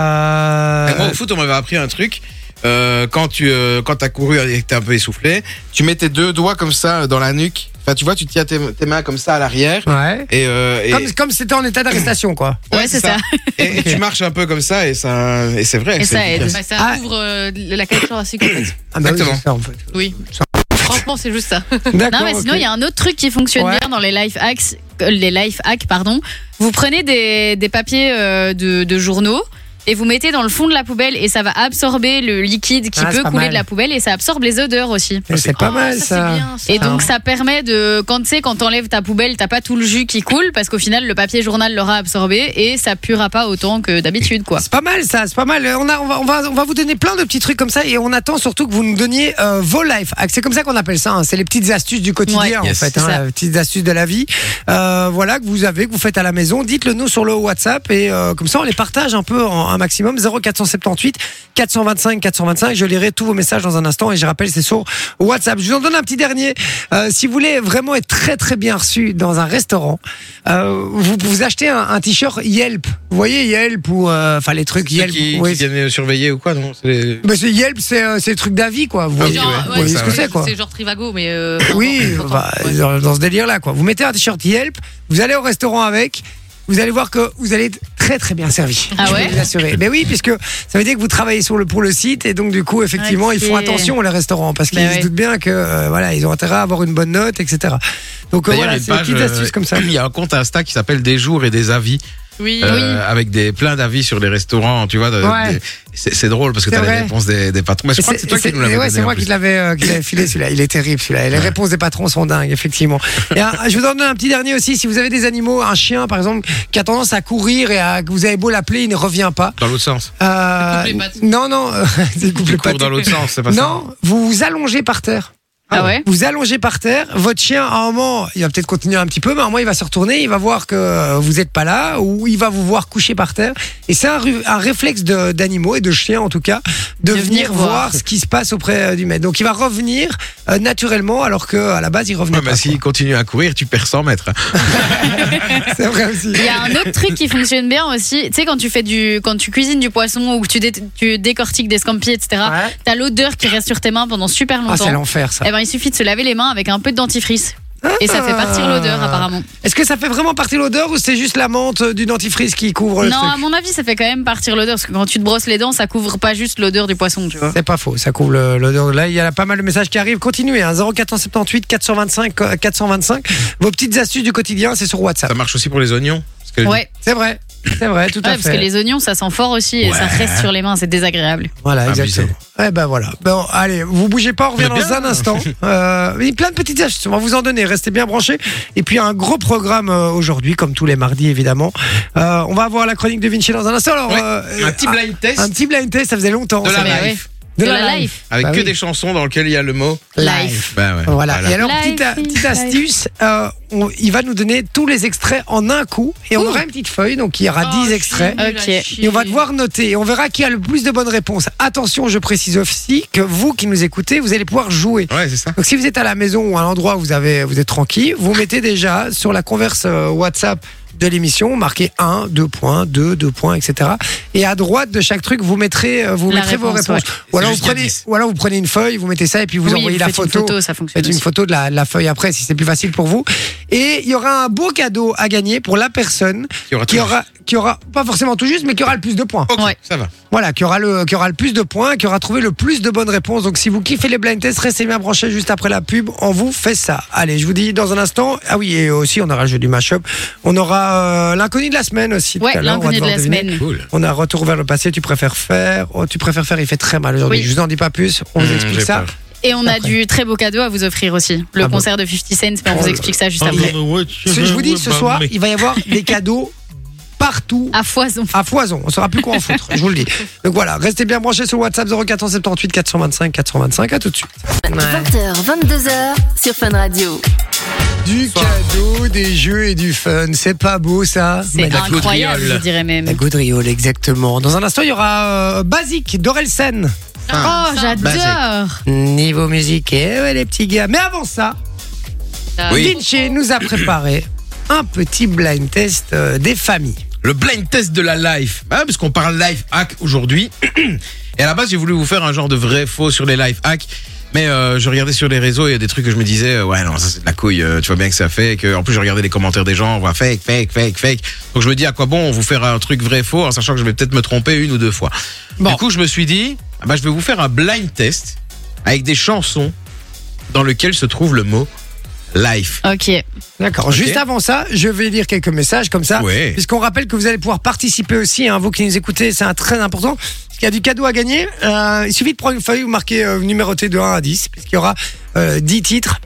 S1: Euh,
S3: Moi, au foot, on m'avait appris un truc. Euh, quand tu euh, quand t'as couru et que t'es un peu essoufflé, tu mets tes deux doigts comme ça euh, dans la nuque. Enfin, tu vois, tu tiens tes, tes mains comme ça à l'arrière.
S1: ouais.
S3: Et, euh, et-
S1: Comme- Comme c'était en état d'arrestation, quoi.
S2: Ouais, c'est ça.
S3: Et, et tu marches un peu comme ça et ça et c'est vrai.
S2: Et
S3: c'est
S2: ça aide.
S3: efficace.
S4: Bah, ça
S1: Ah.
S4: ouvre euh, la cage thoracique
S1: <coughs>
S4: en fait.
S1: Ah bah oui,
S3: Exactement.
S1: c'est ça, en fait.
S4: Oui. Franchement, c'est juste ça.
S1: D'accord,
S2: Non, mais sinon, il
S1: ok.
S2: y a un autre truc qui fonctionne
S1: Ouais.
S2: bien dans les life hacks. euh, Les life hacks, pardon. Vous prenez des, des papiers euh, de, de journaux et vous mettez dans le fond de la poubelle et ça va absorber le liquide qui
S1: Ah, c'est
S2: peut
S1: pas
S2: couler
S1: mal.
S2: de la poubelle et ça absorbe les odeurs aussi.
S1: Mais C'est pas
S2: Oh,
S4: Ah,
S1: mal ça.
S4: c'est bien, ça.
S2: Et donc ça permet de quand tu sais quand t'enlèves ta poubelle t'as pas tout le jus qui coule parce qu'au final le papier journal l'aura absorbé et ça puera pas autant que d'habitude quoi.
S1: C'est pas mal ça, c'est pas mal. On, a, on, va, on, va, on va vous donner plein de petits trucs comme ça et on attend surtout que vous nous donniez euh, vos life hacks. C'est comme ça qu'on appelle ça, hein. c'est les petites astuces du quotidien
S2: Ouais,
S1: en
S3: yes,
S1: fait,
S2: c'est
S1: hein,
S2: ça.
S1: les petites astuces de la vie. Euh, voilà, que vous avez, que vous faites à la maison. Dites-le nous sur le WhatsApp et euh, comme ça on les partage un peu en, un maximum. 0478 425 425. Je lirai tous vos messages dans un instant et je rappelle, c'est sur WhatsApp. Je vous en donne un petit dernier. Euh, si vous voulez vraiment être très très bien reçu dans un restaurant, euh, vous, vous achetez un, un t-shirt Yelp. Vous voyez Yelp ou euh, enfin les trucs
S3: Ceux
S1: Yelp.
S3: qui,
S1: oui.
S3: qui viennent euh, surveiller ou quoi non C'est les-
S1: Mais c'est Yelp, c'est euh, c'est le truc d'avis quoi. Vous
S3: Ah
S1: voyez,
S3: oui, ouais.
S1: vous voyez ce
S3: Ouais, ça,
S1: que
S3: ouais.
S1: c'est quoi.
S4: C'est genre Trivago, mais. euh,
S1: <laughs> Oui,
S4: pardon,
S1: bah,
S4: ouais.
S1: dans, dans ce délire-là, quoi. Vous mettez un t-shirt Yelp, vous allez au restaurant avec, vous allez voir que vous allez être très très bien servi.
S2: Ah
S1: Je peux
S2: ouais
S1: vous assurer. Mais oui, puisque ça veut dire que vous travaillez sur le, pour le site et donc du coup, effectivement,
S2: Ok.
S1: ils font attention les restaurants parce qu'ils
S2: Bah
S1: se
S2: ouais.
S1: doutent bien que euh, voilà, ils ont intérêt à avoir une bonne note, etc. Donc euh,
S3: D'ailleurs,
S1: voilà,
S3: il y a une
S1: c'est des
S3: page,
S1: petites
S3: euh,
S1: astuces comme ça.
S3: <clears throat> Il y a un compte Insta qui s'appelle Des jours et des avis,
S4: Oui.
S3: euh, avec des plein d'avis sur les restaurants. Tu vois, de-
S1: Ouais.
S3: des- c'est c'est drôle parce que
S1: C'est
S3: t'as
S1: vrai.
S3: les réponses des, des patrons. Mais je crois que c'est toi qui nous l'avais
S1: ouais,
S3: donné
S1: c'est
S3: en
S1: moi
S3: plus.
S1: qui te l'avais euh, qui te l'avais filé celui-là. Il est terrible celui-là. Et les réponses des patrons sont dingues,
S3: <laughs>
S1: effectivement. Et un- je vous en donne un petit dernier aussi. Si vous avez des animaux, un chien par exemple, qui a tendance à courir et à, que vous avez beau l'appeler, il ne revient pas.
S3: Dans l'autre sens.
S1: Euh,
S4: Il coupe les pattes.
S1: non, non, <laughs> euh, il coupe
S3: Tu
S1: les
S3: cours
S1: pattes.
S3: dans l'autre sens, c'est pas Bah, ça
S1: Non, vous vous allongez par terre.
S2: Ah ouais
S1: Vous allongez par terre, votre chien à un moment, il va peut-être continuer un petit peu, mais à un moment il va se retourner, il va voir que euh, vous n'êtes pas là, ou il va vous voir couché par terre. Et c'est un, ru- un réflexe de- d'animaux et de chiens en tout cas, de,
S2: De
S1: venir
S2: venir
S1: voir.
S2: voir
S1: ce qui se passe auprès euh, du maître. Donc il va revenir euh, naturellement, alors que à la base il revenait
S3: Ouais,
S1: pas.
S3: bah, s'il continue à courir, tu perds 100 mètres.
S1: quoi. C'est vrai aussi.
S2: Il y a un autre truc qui fonctionne bien aussi. Tu sais quand tu fais du quand tu cuisines du poisson ou que tu, dé- tu décortiques des scampi etc.
S1: Ouais.
S2: T'as l'odeur qui reste sur tes mains pendant super
S1: Ah, c'est
S2: longtemps.
S1: l'enfer ça.
S2: Eh ben, il suffit de se laver les mains avec un peu de dentifrice. Et ça fait partir l'odeur, apparemment.
S1: Est-ce que ça fait vraiment partir l'odeur ou c'est juste la menthe euh, du dentifrice qui couvre le
S2: non,
S1: truc
S2: à mon avis, ça fait quand même partir l'odeur, parce que quand tu te brosses les dents, ça couvre pas juste l'odeur du poisson, tu vois.
S1: C'est pas faux, ça couvre le- l'odeur. Là, il y a pas mal de messages qui arrivent. Continuez, hein, 0478 425 euh, 425. Vos petites astuces du quotidien, c'est sur WhatsApp.
S3: Ça marche aussi pour les oignons. Parce que-
S2: Ouais,
S1: C'est vrai, c'est vrai, tout
S2: ouais,
S1: à
S2: parce que
S1: fait.
S2: les oignons, ça sent fort aussi et ça reste sur les mains, c'est désagréable.
S1: Voilà,
S3: Ah,
S1: exactement. Eh ben voilà. Bon, allez, vous bougez pas, on revient
S3: est
S1: dans
S3: bien.
S1: un
S3: <laughs>
S1: instant. Euh, il y a plein de petites astuces, on va vous en donner, restez bien branchés. Et puis un gros programme euh, aujourd'hui, comme tous les mardis évidemment. Euh, on va avoir la chronique de Vinci dans un instant. Alors,
S3: Ouais,
S1: euh,
S3: Un petit blind test
S1: un petit blind test, ça faisait longtemps.
S3: de
S1: ça.
S3: la
S2: mais
S3: life.
S2: de la life.
S3: Avec
S1: Bah
S3: que
S1: oui.
S3: des chansons dans lesquelles il y a le mot.
S2: Life.
S3: Bah ouais.
S1: Voilà. Et alors,
S2: Life
S1: petite, a-
S2: is
S1: petite
S2: life.
S1: astuce, euh, on- il va nous donner tous les extraits en un coup et on
S2: Ouh. Oh,
S1: aura une petite feuille, donc il y
S4: Oh,
S1: aura 10 extraits.
S2: Ok.
S1: Et on va devoir noter et on verra qui a le plus de bonnes réponses. Attention, je précise aussi que vous qui nous écoutez, vous allez pouvoir jouer.
S3: Ouais, c'est ça.
S1: Donc si vous êtes à la maison ou à l'endroit où vous, avez, vous êtes tranquille, vous mettez déjà sur la converse euh, WhatsApp de l'émission, marquez 1, 2 points, 2, 2 points, etc. Et à droite de chaque truc, vous mettrez, euh, vous
S2: La
S1: mettrez vos
S2: réponse,
S1: réponses. Ou,
S3: C'est
S1: alors vous
S3: jusqu'à
S1: prenez,
S3: 10.
S1: ou alors vous prenez une feuille, vous mettez ça et puis vous
S2: Oui,
S1: envoyez la
S2: faites une
S1: photo.
S2: ça fonctionne.
S1: Faites une
S2: aussi.
S1: photo de la, la feuille après si c'est plus facile pour vous. Et il y aura un beau cadeau à gagner pour la personne
S3: Qui aura tout
S1: qui aura, qui aura pas forcément tout juste, mais qui aura le plus de points.
S3: Ok,
S2: Ouais.
S3: ça va.
S1: Voilà, qui aura le, qui aura le plus de points, qui aura trouvé le plus de bonnes réponses. Donc si vous kiffez les blind tests, restez bien branchés juste après la pub. On vous fait ça. Allez, je vous dis dans un instant. Ah oui, et aussi on aura le jeu du mashup. On aura euh, l'inconnu de la semaine aussi. Tout
S2: Ouais,
S1: à l'heure, on va
S2: l'inconnu de
S1: devoir
S2: la
S1: deviner.
S2: semaine.
S3: Cool.
S1: On a un retour vers le passé. Tu préfères faire Oh, Tu préfères faire Il fait très mal aujourd'hui.
S2: Oui.
S1: Je vous en dis pas plus. On vous
S3: Mmh,
S1: explique
S3: j'ai
S1: ça.
S3: peur.
S2: Et on a
S1: Après.
S2: du très beau cadeau à vous offrir aussi. Le
S1: Ah bon
S2: concert de 50 Cent, mais on
S1: Oh
S2: vous
S1: là
S2: explique ça juste
S1: là.
S2: après.
S1: Ce que je vous dis ce soir, il va y avoir des cadeaux partout.
S2: À foison.
S1: À foison, on saura plus quoi en foutre, je vous le dis. Donc voilà, restez bien branchés sur le WhatsApp 0478 425 425, à tout de suite.
S5: 20h, 22h sur Fun Radio.
S1: Du cadeau, des jeux et du fun, c'est pas beau ça
S2: C'est
S1: Madame
S2: incroyable,
S3: gaudriole.
S2: je dirais
S1: La
S2: même.
S1: gaudriole, exactement. Dans un instant, il y aura euh, Basique d'Orelsen.
S2: Oh, j'adore
S3: Basique.
S1: Niveau musique, eh ouais, les petits gars. Mais avant ça,
S3: Oui.
S1: Vinci nous a préparé un petit blind test euh, des familles.
S3: Le blind test de la life. Bah, ouais, parce qu'on parle life hack aujourd'hui. <clears throat> Et à la base, j'ai voulu vous faire un genre de vrai faux sur les life hacks. Mais euh, je regardais sur les réseaux, il y a des trucs que je me disais, euh, ouais, non, ça c'est de la couille, euh, tu vois bien que ça fake. Euh, En plus, je regardais les commentaires des gens, on voit fake, fake, fake, fake. Donc je me dis, à quoi bon vous faire un truc vrai faux en sachant que je vais peut-être me tromper une ou deux fois. Du coup, je me suis dit, ah bah, je vais vous faire un blind test avec des chansons dans lesquelles se trouve le mot life.
S2: Ok,
S1: D'accord. Juste avant ça, je vais lire quelques messages comme ça.
S3: Ouais.
S1: Puisqu'on rappelle que vous allez pouvoir participer aussi, hein, vous qui nous écoutez, c'est un très important. Parce qu'il y a du cadeau à gagner. Euh, il suffit de prendre une feuille, vous marquez euh, numéroté de 1 à 10, puisqu'il y aura euh, 10 titres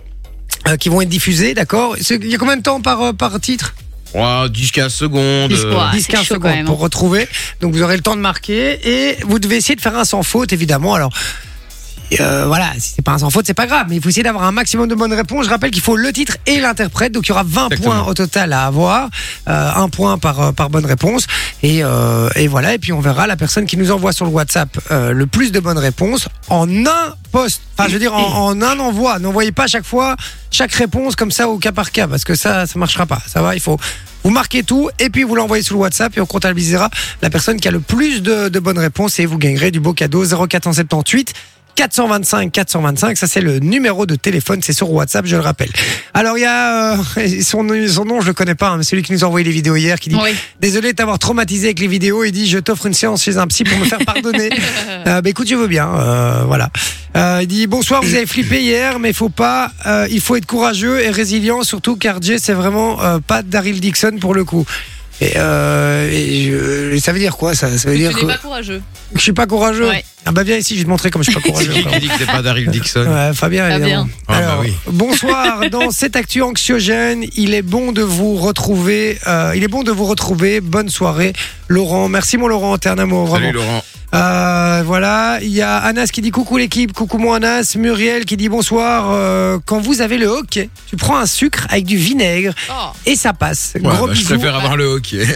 S1: euh, qui vont être diffusés, d'accord C'est- Il y a combien de temps par, euh, par titre
S3: Ouah, 10-15 secondes. euh,
S2: Dix fois. Ah,
S1: 10-15
S2: c'est chaud quand
S1: secondes
S2: même.
S1: pour retrouver. Donc vous aurez le temps de marquer et vous devez essayer de faire un sans faute, évidemment. Alors. euh, voilà, si c'est pas un sans faute, c'est pas grave, mais il faut essayer d'avoir un maximum de bonnes réponses. Je rappelle qu'il faut le titre et l'interprète, donc il y aura 20
S3: Exactement.
S1: points au total à avoir, euh, un point par, euh, par bonne réponse, et, euh, et voilà, et puis on verra la personne qui nous envoie sur le WhatsApp euh, le plus de bonnes réponses en un poste, enfin je veux dire en, en un envoi, n'envoyez pas chaque fois chaque réponse comme ça au cas par cas, parce que ça, ça marchera pas, ça va, il faut... Vous marquez tout et puis vous l'envoyez sur le WhatsApp et on comptabilisera la personne qui a le plus de, de bonnes réponses et vous gagnerez du beau cadeau 0478 425 425, ça c'est le numéro de téléphone, c'est sur WhatsApp, je le rappelle. Alors il y a euh, <laughs> son, son nom, je le connais pas, hein, mais celui qui nous a envoyé les vidéos hier, qui dit
S2: oui.
S1: désolé de t'avoir traumatisé avec les vidéos, il dit je t'offre une séance chez un psy pour me faire
S4: <laughs>
S1: pardonner. Euh, bah, écoute, je veux bien, euh, voilà. Euh, il dit bonsoir, vous avez flippé hier, mais faut pas, euh, il faut être courageux et résilient, surtout car Jay c'est vraiment euh, pas Daryl Dixon pour le coup. Et, euh, et je- ça veut dire quoi ça Ça veut dire
S4: Tu
S1: que
S4: n'es pas courageux.
S1: je suis pas courageux.
S2: Ouais.
S1: Ah bah viens ici, je vais te montrer comme je suis pas
S3: C'est
S4: <laughs>
S1: courageux.
S3: qui qui dit que c'est pas Daryl Dixon
S1: Ouais, Fabien,
S2: Fabien.
S1: évidemment.
S3: Ah, bah
S1: Alors,
S3: oui.
S1: Bonsoir. <laughs> Dans cette actu anxiogène, il est bon de vous retrouver. euh, il est bon de vous retrouver. Bonne soirée, Laurent. Merci mon Laurent, t'es un amour vraiment.
S3: Salut Laurent.
S1: Euh, voilà, il y a Anas qui dit coucou l'équipe, coucou mon Anas, Muriel qui dit bonsoir. euh, quand vous avez le hockey, tu prends un sucre avec du vinaigre
S4: Oh.
S1: et ça passe.
S3: Ouais,
S1: Gros
S3: bah, je
S1: bisous.
S3: préfère avoir le hockey.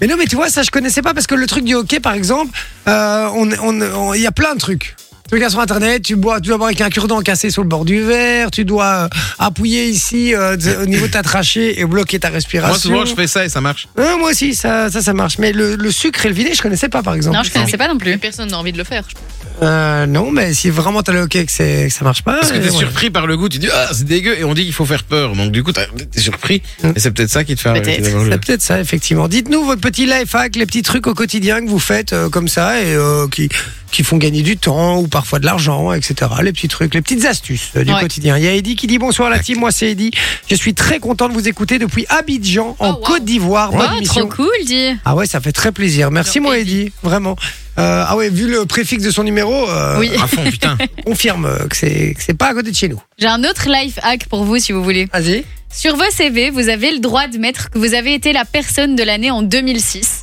S1: Mais non, mais tu vois, ça je connaissais pas parce que le truc du hockey, par exemple, euh, on- on- on- il y a plein de trucs. Tu regardes sur internet, tu bois, tu dois boire avec un cure-dent cassé sur le bord du verre, tu dois euh, appuyer ici euh, de- au niveau de ta trachée et bloquer ta respiration.
S3: <laughs> Moi souvent je fais ça et ça marche.
S1: Euh, moi aussi, ça, ça, ça marche. Mais le, le sucre et le vinaigre, je connaissais pas, par exemple.
S2: Non, je connaissais pas non plus.
S4: Personne n'a envie de le faire.
S1: Euh, non, mais si vraiment t'as le hockey et que, c'est- que ça marche pas.
S3: Parce que
S1: euh,
S3: t'es
S1: ouais.
S3: surpris par le goût, tu dis ah c'est dégueu et on dit qu'il faut faire peur. Donc du coup t'as- t'es surpris
S1: Mm.
S3: et c'est peut-être ça qui te fait arrêter
S2: Peut-être.
S3: d'avoir le-
S1: C'est peut-être ça, effectivement. Dites-nous votre petit life hack, les petits trucs au quotidien que vous faites euh, comme ça et euh, qui, qui font gagner du temps ou parfois de l'argent, etc. Les petits trucs, les petites astuces euh, du
S2: Ouais.
S1: quotidien. Il y a Eddy qui dit bonsoir la team, moi c'est Eddy. Je suis très content de vous écouter depuis Abidjan, en
S4: Oh, wow.
S1: Côte d'Ivoire.
S2: Oh,
S1: Bonne
S2: trop
S1: émission.
S2: cool, dit.
S1: Ah ouais, ça fait très plaisir. Merci,
S4: Alors,
S1: moi, Eddy, vraiment. Euh, ah ouais, vu le préfixe de son numéro, euh,
S2: Oui.
S3: À fond
S1: <laughs>
S3: putain.
S1: confirme euh, que c'est que c'est pas à côté de chez nous.
S2: J'ai un autre life hack pour vous si vous voulez.
S1: Vas-y.
S2: Sur vos CV, vous avez le droit de mettre que vous avez été la personne de l'année en 2006.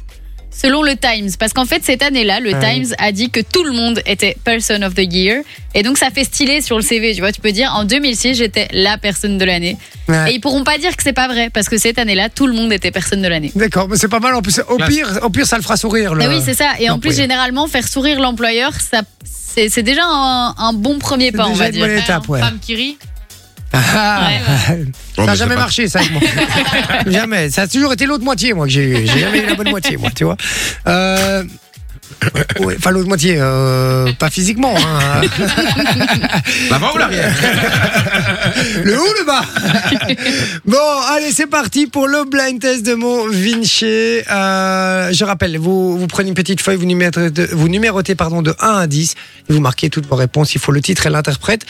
S2: selon le Times. Parce qu'en fait, cette année-là, le
S1: Ah oui.
S2: Times a dit que tout le monde était Person of the Year. Et donc, ça fait stylé sur le CV. Tu vois, tu peux dire en 2006, j'étais la personne de l'année.
S1: Ouais.
S2: Et ils pourront pas dire que c'est pas vrai. Parce que cette année-là, tout le monde était personne de l'année.
S1: D'accord, mais c'est pas mal. En plus, au
S3: Classe.
S1: pire, au pire, ça le fera sourire. Le...
S2: Mais Ah oui, c'est ça. Et en plus,
S1: l'employeur.
S2: généralement, faire sourire l'employeur, ça, c'est, c'est déjà un, un bon premier
S1: C'est
S2: pas, on
S1: déjà
S2: va
S1: une
S2: dire.
S1: bonne étape, ouais.
S4: Femme qui rit.
S1: <laughs> Ah,
S3: Bon,
S1: ça
S3: mais
S1: n'a
S3: c'est
S1: jamais
S3: pas-
S1: marché, ça, avec moi. jamais. Ça a toujours été l'autre moitié, moi, que j'ai eu. J'ai jamais eu la bonne moitié, moi, tu vois. Euh, ouais, Enfin, l'autre moitié, euh, pas physiquement. hein.
S3: L'avant ou Bah, l'arrière
S1: Le haut, le bas. <laughs> bon, allez, c'est parti pour le blind test de mon Vinci. Euh, je rappelle, vous, vous prenez une petite feuille, vous numérotez, de, vous numérotez pardon, de 1 à 10, et vous marquez toutes vos réponses. Il faut le titre et l'interprète.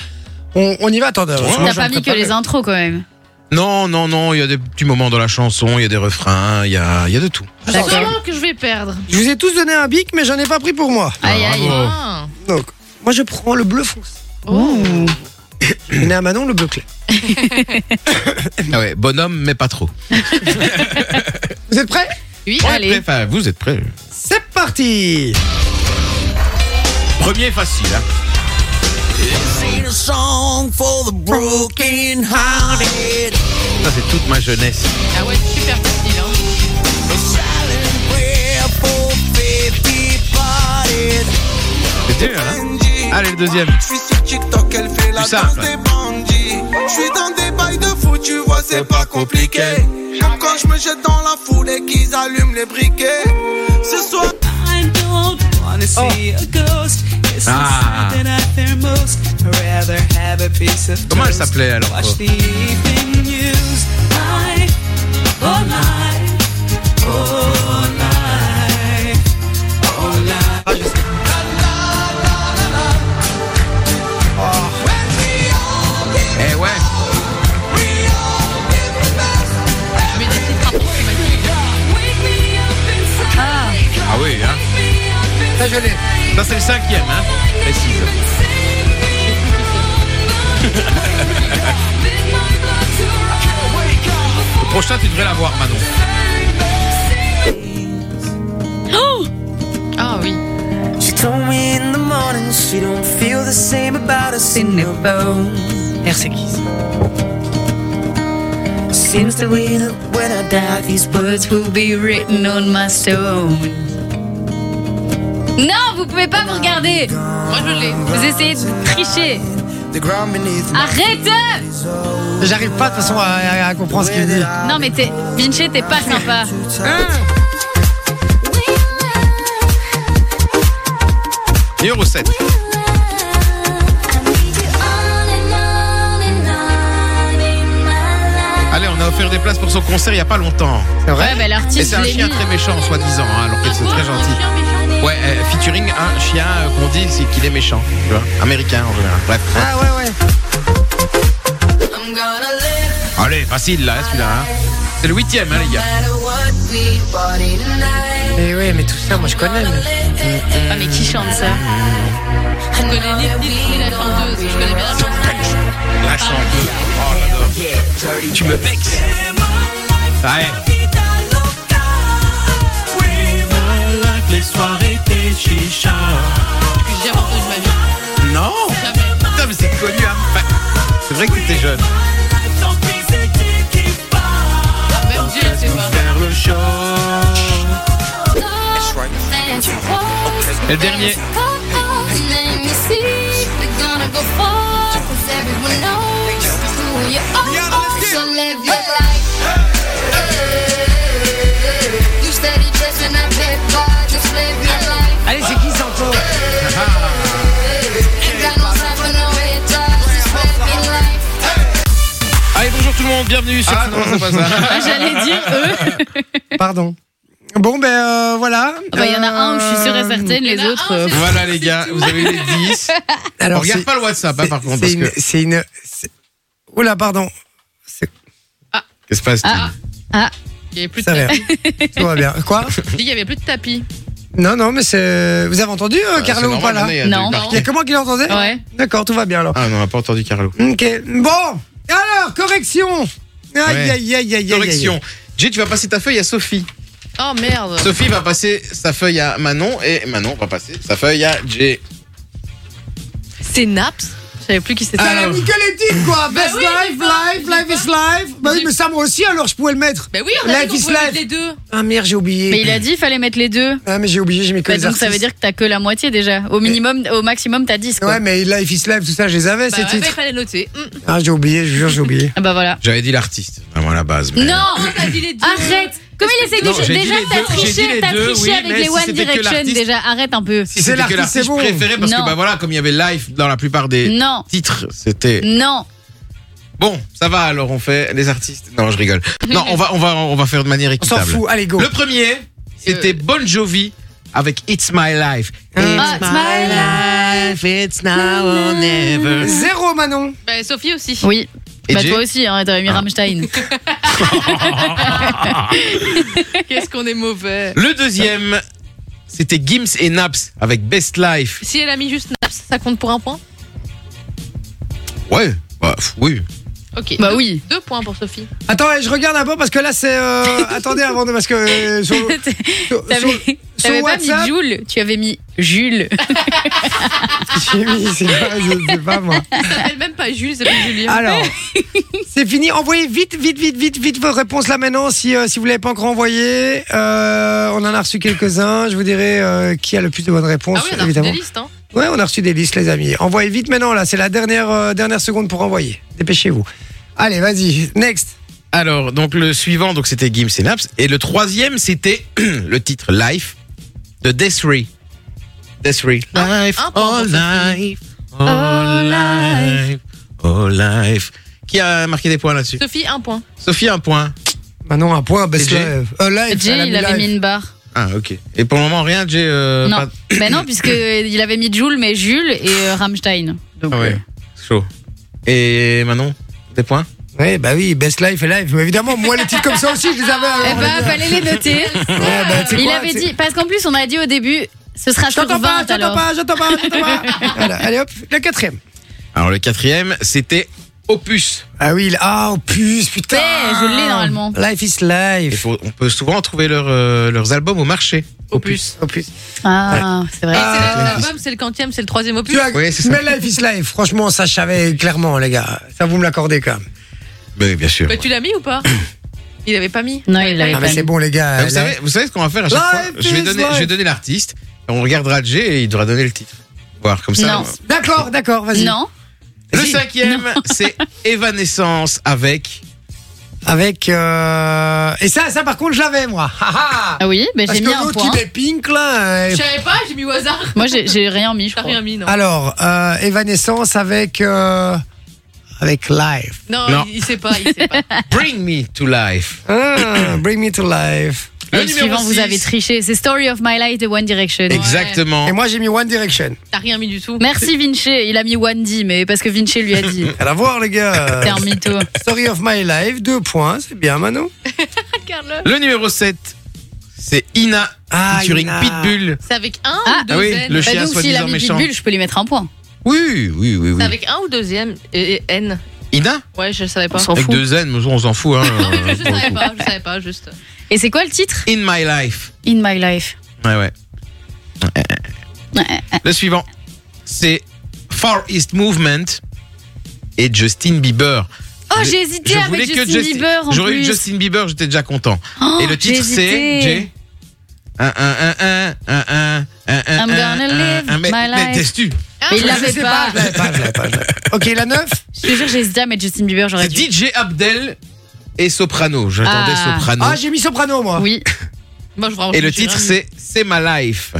S1: On, on y va, attendez.
S3: T'as
S1: sinon
S2: T'as
S1: je
S2: pas
S1: me
S2: mis que
S1: prépare.
S2: les intros quand même.
S3: Non, non, non, il y a des petits moments dans la chanson, il y a des refrains, il y a, il y a de tout.
S4: Sûrement que je vais perdre.
S1: Je vous ai tous donné un bic, mais j'en ai pas pris pour moi.
S2: Aïe, aïe.
S3: bravo. Oh.
S4: Ah.
S1: Donc, moi, je prends le bleu foncé.
S4: Oh.
S1: Je à Manon, le bleu clair.
S3: Ah ouais, bonhomme, mais pas trop.
S1: Vous êtes prêts
S4: Oui,
S3: On est prêts,
S4: allez.
S3: enfin, vous êtes prêts.
S1: C'est parti
S3: Premier facile, hein.
S6: Sing a song for the broken hearted.
S3: Ça, c'est toute ma jeunesse.
S4: Ah ouais, super facile. Hein.
S6: A silent prayer for faith parted.
S3: C'est dur, hein. Allez, le deuxième.
S6: Je suis sur TikTok, elle fait la
S3: Plus simple.
S6: danse des bandits. Je suis dans des bails de fou, tu vois, c'est pas compliqué. Même quand je me jette dans la foule et qu'ils allument les briquets. Ce soir.
S7: I don't wanna see a ghost. It's
S3: Oh. Ah.
S7: not something I fear most. I'd rather have a piece of
S3: Comment elle
S7: toast.
S3: s'appelait alors
S7: Watch
S3: oh.
S7: the evening news. Night, oh night, oh night, oh night.
S3: Eh ouais.
S4: Mais des petites frappes.
S3: Ah oui, hein.
S1: Ça, je l'ai.
S3: Ça, c'est le cinquième, hein. Précise. <laughs> le prochain, tu devrais l'avoir, Manon.
S4: Ah oui.
S7: She told me in the morning she don't feel the same about us in her bones.
S1: Merci, Kiss.
S7: Seems to me that when I die, these words will be written on my stone.
S2: Non, vous pouvez pas me regarder.
S4: Moi, je l'ai.
S2: Vous essayez de tricher. Arrête
S1: J'arrive pas, de toute façon, à, à- à comprendre ce qu'il dit.
S2: Non, mais t'es... Vinci, t'es pas sympa.
S3: Et Euro 7. Allez, on a offert des places pour son concert il y a pas longtemps.
S1: C'est
S2: Ouais,
S1: vrai
S2: bah
S3: Et
S2: l'artiste,
S3: c'est un
S2: je l'ai
S3: chien
S2: mis.
S3: très méchant, soi-disant, hein, alors que c'est très gentil.
S4: Ah Chien méchant.
S3: Ouais, euh, featuring un chien euh, qu'on dit c'est qu'il est méchant, tu vois. Américain en général. Bref.
S1: Ah ouais, ouais.
S3: Allez, facile là, celui-là. hein. C'est le huitième, hein, les gars.
S1: Mais oui, mais tout ça, moi, je connais. mais-
S2: Ah, mais qui chante ça
S4: Je connais ni, ni, ni la chanteuse. Je connais bien la chanteuse.
S3: La chanteuse. Oh, j'adore. Tu me vexes. Ouais.
S6: Les soirées des chichas.
S4: J'ai jamais entendu de ma vie.
S3: Non
S4: Jamais.
S3: Putain, mais c'est connu, hein. Enfin, c'est vrai que t'étais jeune.
S4: Même Dieu, elle sait pas.
S3: Faire le show. Et le dernier.
S1: Allez, c'est qui, ça, encore
S3: Allez, bonjour tout le monde, bienvenue sur. Ah non, c'est pas ça.
S2: Ah, J'allais dire eux.
S1: Pardon. Bon, ben euh, voilà.
S2: Ah bah, Il y en a un où je suis sûre et certaine,
S4: Il y en
S2: les
S4: a
S2: autres.
S4: un,
S2: euh,
S4: c'est-
S3: <laughs> Voilà, les gars, vous avez les 10. On
S1: Alors,
S3: regarde
S1: c'est-
S3: pas le WhatsApp, hein, par
S1: c'est-
S3: contre,
S1: C'est
S3: parce
S1: une.
S3: que.
S1: C'est une. c'est- Oula, pardon. C'est-
S3: Qu'est-ce qui se passe
S2: Ah.
S4: Il y avait plus de
S1: Ça va.
S4: tapis.
S1: Tout va bien. Quoi
S4: Il y avait plus de tapis.
S1: Non, non, mais c'est. Vous avez entendu, euh,
S3: Ah,
S1: Carlo, ou pas là Il
S2: Non.
S1: y a que moi qui l'entendais
S2: Ouais.
S1: D'accord, tout va bien alors.
S3: Ah non, on n'a pas entendu Carlo.
S1: Ok. Bon. Alors, correction. Aïe,
S3: Ouais.
S1: aïe, aïe, aïe, aïe, aïe.
S3: Correction. Jay, tu vas passer ta feuille à Sophie.
S4: Oh merde.
S3: Sophie va passer sa feuille à Manon et Manon va passer sa feuille à Jay.
S4: C'est Naps. Je savais plus qui c'était.
S1: T'as Ah, la Nicoletti, quoi Best
S4: oui,
S1: life,
S4: mais ça,
S1: life,
S4: j'ai
S1: life is life Bah oui, mais ça, moi aussi, alors je pouvais le mettre
S4: Bah oui, on a
S1: Life
S4: dit
S1: is
S4: qu'on pouvait
S1: life.
S4: mettre les deux.
S1: Ah merde, j'ai oublié
S2: Mais il a dit il fallait mettre les deux.
S1: Ah, mais j'ai oublié, j'ai mis que
S2: Bah,
S1: les
S2: donc ça veut
S1: artistes.
S2: dire que t'as que la moitié déjà. Au minimum, au maximum, t'as 10. Quoi.
S1: Ouais, mais Life is Life, tout ça, je les avais,
S4: Bah
S1: ces
S4: ouais, mais il
S1: titres.
S4: fallait noter. Mm.
S1: Ah, j'ai oublié, je jure, j'ai oublié.
S2: Ah bah voilà.
S3: J'avais dit l'artiste vraiment à la base. mais- euh,
S2: Non
S4: Oh, t'as dit les deux.
S2: Arrête Comme il essaie de
S3: Non, j'ai
S2: tricher
S3: dit
S2: Déjà,
S3: les
S2: t'as
S3: deux, j'ai dit
S2: triché,
S3: les
S2: t'as
S3: deux,
S2: triché
S3: oui,
S2: avec
S3: mais
S2: les
S3: si
S2: One
S3: c'était que
S2: Direction
S3: l'artiste-
S2: déjà. Arrête un peu.
S3: Si
S1: C'est
S3: c'était que
S1: l'artiste,
S3: l'artiste
S1: c'est bon.
S3: préféré parce
S2: Non.
S3: que bah voilà comme il y avait live dans la plupart des
S2: Non,
S3: titres c'était
S2: non.
S3: bon ça va alors on fait les artistes non je rigole non on va on va on va faire de manière
S1: On s'en
S3: équitable.
S1: fout, allez, go
S3: Le premier c'était Bon Jovi avec Euh. It's My Life.
S2: Ah,
S7: life, it's now or never.
S1: Zéro, Manon
S4: Bah, Sophie aussi. <laughs>
S2: Oui.
S3: Et
S2: bah
S3: Jay Ah.
S2: toi aussi, hein, t'avais mis
S3: <laughs>
S2: Rammstein.
S4: Qu'est-ce qu'on est mauvais.
S3: Le deuxième c'était Gims et Naps avec Best Life.
S4: Si elle a mis juste Naps, ça compte pour un point
S3: Ouais bah, pff, oui.
S4: Ok.
S2: bah
S4: Deux-
S2: oui.
S4: Deux points pour Sophie.
S1: Attends, ouais, je regarde un peu parce que là, c'est. euh, Attendez avant de. Parce que. euh,
S2: <laughs>
S1: sur, sur-
S2: T'avais
S1: sur
S2: t'avais pas
S1: WhatsApp-
S2: mis Jules, tu avais mis Jules.
S1: <laughs>
S3: Ah,
S1: J'ai mis, c'est pas, je sais pas moi.
S4: Ça <laughs> s'appelle même pas Jules, ça s'appelle Julien.
S1: Alors, c'est fini. Envoyez vite, vite, vite, vite, vite vos réponses là maintenant. Si, euh, si vous l'avez pas encore envoyé, euh, on en a reçu quelques-uns. Je vous dirai euh, qui a le plus de bonnes réponses,
S4: Ah oui, on a reçu
S1: évidemment.
S4: des listes, hein.
S1: Ouais, on a reçu des listes, les amis. Envoyez vite maintenant là. C'est la dernière, euh, dernière seconde pour envoyer. Dépêchez-vous. Allez, vas-y. Next.
S3: Alors, donc le suivant, donc c'était Gims et Naps. Et le troisième, c'était <clears throat> le titre Life de Desiree. Desiree. Life,
S4: un point pour
S3: life, all life, all life. Qui a marqué des points là-dessus
S4: Sophie, un point.
S3: Sophie, un point.
S1: Maintenant, un point. Best
S3: Et Jay
S1: live. Euh, live, elle a
S2: Jay, il avait mis une barre.
S3: Ah, ok. Et pour le moment, rien, j'ai... euh,
S2: Non.
S3: pas-
S2: Bah non, puisque il avait mis Jules, mais Jules et euh, Rammstein. Donc,
S3: Ah ouais, chaud. Et Manon, des points
S1: Ouais, bah oui, best life et live. Mais évidemment, moi, les titres comme ça aussi, je les avais. euh,
S2: Eh
S1: alors,
S2: bah,
S1: les-
S2: fallait les noter.
S1: Ouais, bah, tu sais
S2: Il
S1: quoi,
S2: avait
S1: tu-
S2: dit, parce qu'en plus, on a dit au début, ce sera
S1: Je
S2: sur
S1: t'entends
S2: 20
S1: pas, je t'entends
S2: alors.
S1: pas, je t'entends pas, je t'entends pas. Voilà, allez hop, le quatrième.
S3: Alors, le quatrième, c'était Opus.
S1: Ah oui, là- ah, oh, puce, putain.
S2: Ouais, je l'ai, normalement.
S1: Life is
S3: Il
S1: life.
S3: faut- on peut souvent trouver leurs, euh, leurs albums au marché.
S4: Opus.
S1: Opus.
S2: Ah, c'est vrai.
S4: C'est
S1: Ah.
S4: l'album, c'est le quantième, c'est le troisième opus.
S1: Tu as...
S3: Oui, c'est ça.
S1: Mais life is life, franchement, ça, je savais clairement, les gars. Ça, vous me l'accordez quand même.
S3: Oui, bien sûr.
S4: Bah, tu l'as mis ou pas Il avait pas mis.
S2: Non, il l'avait
S1: Ah,
S2: pas
S1: mais c'est
S2: mis.
S1: bon, les gars.
S3: Ah, vous,
S1: là-
S3: savez, vous savez ce qu'on va faire à chaque
S1: Life
S3: fois je vais,
S1: is
S3: donner,
S1: life.
S3: je vais donner l'artiste, on regardera Jay et il devra donner le titre. Voir comme ça.
S2: Non.
S1: D'accord, d'accord, vas-y.
S2: Non,
S3: Le
S1: Si.
S3: cinquième, <laughs> c'est Evanescence avec.
S1: Avec. euh, Et ça, ça, par contre, je l'avais, moi. Ah, ah.
S2: ah oui, mais
S1: Parce
S2: j'ai
S1: que
S2: mis un
S1: l'autre
S2: point.
S1: qui est pink, là. euh,
S4: Je savais pas, j'ai mis au hasard.
S2: Moi, j'ai j'ai rien mis, je
S4: T'as
S2: crois.
S4: rien mis, non
S1: Alors, euh, Evanescence avec. euh, Avec life.
S4: Non,
S3: Non.
S4: Il, il sait pas, il sait pas.
S3: Bring Me to Life. <coughs>
S1: Ah, bring me to life.
S2: Et le
S3: numéro
S2: suivant,
S3: six.
S2: vous avez triché. C'est Story of My Life de One Direction.
S3: Exactement.
S1: Et moi, j'ai mis One Direction.
S4: T'as rien mis du tout.
S2: Merci Vinci. Il a mis One D, mais parce que Vinci lui a dit.
S1: Rien à voir, les gars.
S2: T'es un mytho. Bah,
S1: Story of my life, deux points, c'est bien Manon.
S4: Regarde-le.
S3: Le numéro 7, c'est Ina
S1: Ah,
S3: featuring
S1: Ina.
S3: Pitbull.
S4: C'est avec un
S2: Ah.
S4: ou
S3: Ah oui,
S4: deux N
S3: le
S2: Bah
S3: chien
S2: donc, s'il a
S3: soi-disant
S2: mis
S3: méchant.
S2: Pitbull, je peux lui mettre un point.
S3: Oui, oui, oui, oui.
S4: C'est avec un ou deux M et, et N
S3: Ina
S4: Ouais, je savais pas.
S2: On s'en
S3: Avec
S2: fout.
S3: deux N, mais on s'en fout. Hein,
S4: Je,
S3: euh,
S4: je
S3: pour le
S4: savais
S3: coup.
S4: pas, je savais pas, juste.
S2: Et c'est quoi le titre
S3: In My Life.
S2: In My Life.
S3: Ouais, ouais. Le suivant, c'est Far East Movement et Justin Bieber.
S2: Oh,
S3: Je-
S2: j'ai hésité
S3: Je
S2: avec
S3: voulais
S2: Justin
S3: que Justin
S2: Bieber en
S3: J'aurais eu
S2: plus.
S3: Justin Bieber, j'étais déjà content.
S2: Oh,
S3: et le
S2: j'ai
S3: titre, c'est
S2: hésité.
S3: Jay. Un, un, un, un, un, un, un, un,
S2: I'm
S3: un,
S2: gonna
S3: un,
S2: live
S3: un, mais-
S2: my
S3: mais
S2: life.
S3: t'es-tu
S2: Mais il
S1: Je
S2: l'avait
S1: sais
S2: pas.
S1: je l'avais pas, je l'avais pas, je l'avais pas. Ok, la
S3: <laughs>
S1: 9
S2: Je te jure, j'ai hésité à mettre Justin Bieber. J'aurais
S3: C'est
S2: dû.
S3: DJ Abdel et Soprano. J'attendais
S2: Ah.
S3: Soprano.
S1: Ah, j'ai mis Soprano, moi.
S2: Oui.
S4: Moi, je, vraiment,
S3: et
S4: je
S3: le
S4: suis
S3: titre,
S4: ravie.
S3: c'est C'est My Life.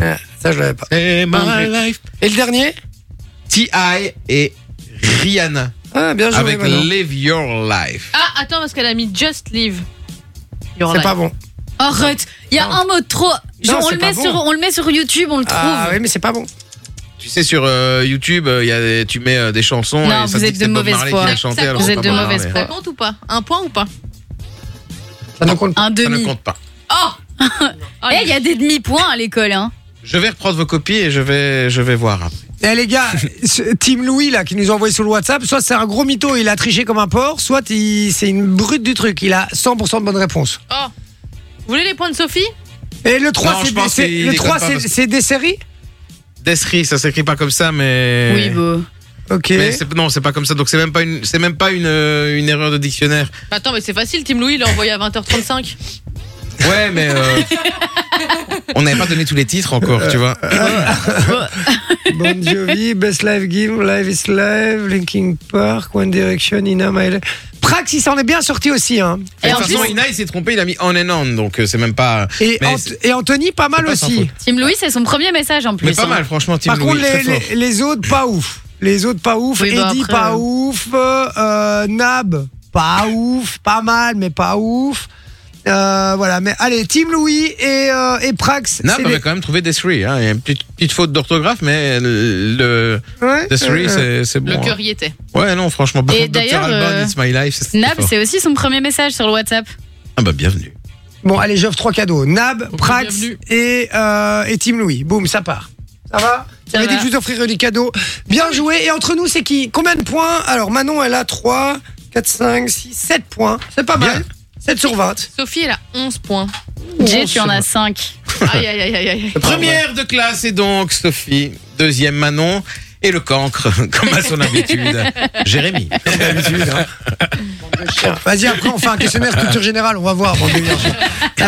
S1: Ah, Ça, je l'avais pas.
S3: C'est
S2: my
S3: Life.
S1: Et le dernier
S3: T.I. et Rihanna
S1: Ah, bien joué,
S3: avec
S2: hein.
S1: Manon.
S3: Live Your Life.
S4: Ah, attends, parce qu'elle a mis Just Live. Your
S1: C'est
S4: Life.
S1: pas bon.
S2: Arrête. Il y a un mot de trop. Je-
S1: Non,
S2: on,
S1: c'est
S2: le
S1: pas
S2: met
S1: bon.
S2: sur, on le met sur YouTube, on le trouve.
S1: Ah oui, mais c'est pas bon.
S3: Tu sais, sur euh, YouTube, euh, il y a des- tu mets euh, des chansons.
S2: Non,
S3: et
S2: vous
S3: ça te dit
S2: êtes
S3: que
S2: de
S3: c'est Bob
S2: mauvaise
S3: Marley
S2: foi.
S3: qui l'a chanté,
S4: Ça
S3: alors
S2: Vous
S3: c'est
S2: êtes
S3: Bob
S2: de
S3: Marley. hein.
S2: mauvaise foi.
S4: Ça compte ou pas Un point ou pas
S1: Ça ne compte pas.
S2: Un
S3: Ça ne
S2: demi.
S3: compte pas.
S4: Oh
S2: Eh, il y a des demi-points à l'école, hein.
S3: Je vais reprendre vos copies et je vais, je vais voir. après.
S1: Eh, les
S3: <laughs>
S1: gars, ce Team Louis, là, qui nous a envoyé sur le WhatsApp, soit c'est un gros mytho, il a triché comme un porc, soit il- c'est une brute du truc. Il a 100% de bonnes réponses.
S4: Oh. Vous voulez les points de Sophie
S1: Et le 3,
S3: Non,
S1: c'est
S3: je pense
S1: c'est-
S3: qu'il
S1: le
S3: déconne
S1: 3,
S3: pas
S1: c'est-
S3: parce que-
S1: c'est des séries
S3: Desri, ça s'écrit pas comme ça, mais.
S2: Oui, bon.
S1: Ok.
S3: Mais c'est- non, c'est pas comme ça. Donc c'est même pas une, c'est même pas une, euh, une erreur de dictionnaire.
S4: Attends, mais c'est facile, Tim Louis l'a envoyé à 20h35.
S3: Ouais, mais euh, <laughs> on n'avait pas donné tous les titres encore, tu
S2: Euh,
S3: vois.
S1: <laughs> Bon Jovi, Best Live Game, Live is Live, Linking Park, One Direction, Ina Maele. Prax, il s'en est bien sorti aussi. Hein.
S3: Et de
S2: en
S3: toute façon,
S2: plus-
S3: Ina, il s'est trompé, il a mis on and on, donc euh, c'est même pas.
S1: Et,
S3: Mais
S1: Ant-
S3: c'est-
S1: et Anthony, pas mal
S3: pas sans faute.
S1: aussi.
S2: Tim Louis, c'est son premier message en plus.
S3: Mais pas
S2: hein.
S3: mal, franchement, Tim
S1: Par
S3: Louis,
S1: contre,
S3: très
S1: les,
S3: fort.
S1: les- les autres, pas ouf. Les autres, pas ouf.
S2: Oui, bah,
S1: Eddie,
S2: après,
S1: pas
S2: euh.
S1: ouf. Euh, euh, Nab, pas ouf. Pas mal, mais pas ouf. Euh, voilà, mais allez, Team Louis et, euh, et Prax.
S3: Nap
S1: c'est
S3: avait
S1: des-
S3: quand même trouvé Desri. Hein. Il y a une petite, petite faute d'orthographe, mais le
S1: Ouais,
S3: Desri,
S1: euh,
S3: c'est c'est
S4: Le
S3: bon.
S4: cœur y était.
S3: hein. Ouais, non, franchement, par
S2: Et
S3: contre, Dr.
S2: d'ailleurs,
S3: Alban,
S2: euh,
S3: It's My Life. c'est-
S2: Nab,
S3: fort.
S2: c'est aussi son premier message sur le WhatsApp.
S3: Ah bah bienvenue.
S1: Bon, allez, j'offre trois cadeaux. Nab,
S4: Ok,
S1: Prax
S4: bienvenue.
S1: et, euh, et Team Louis. Boum, ça part. Ça va J'avais
S4: va.
S1: dit que je vous offrirais des cadeaux. Bien joué. Et entre nous, c'est qui Combien de points Alors, Manon, elle a 3, 4, 5, 6, 7 points. C'est pas mal. 7 sur 20.
S4: Sophie, elle a 11 points.
S2: Jay, tu en as 5.
S4: Aïe, aïe, aïe, aïe, aïe.
S3: Première de classe est donc Sophie, deuxième Manon et le cancre, comme à son habitude, Jérémy.
S1: Vas-y, après, on fait un questionnaire culture générale. On va voir. bande de garçons. Euh,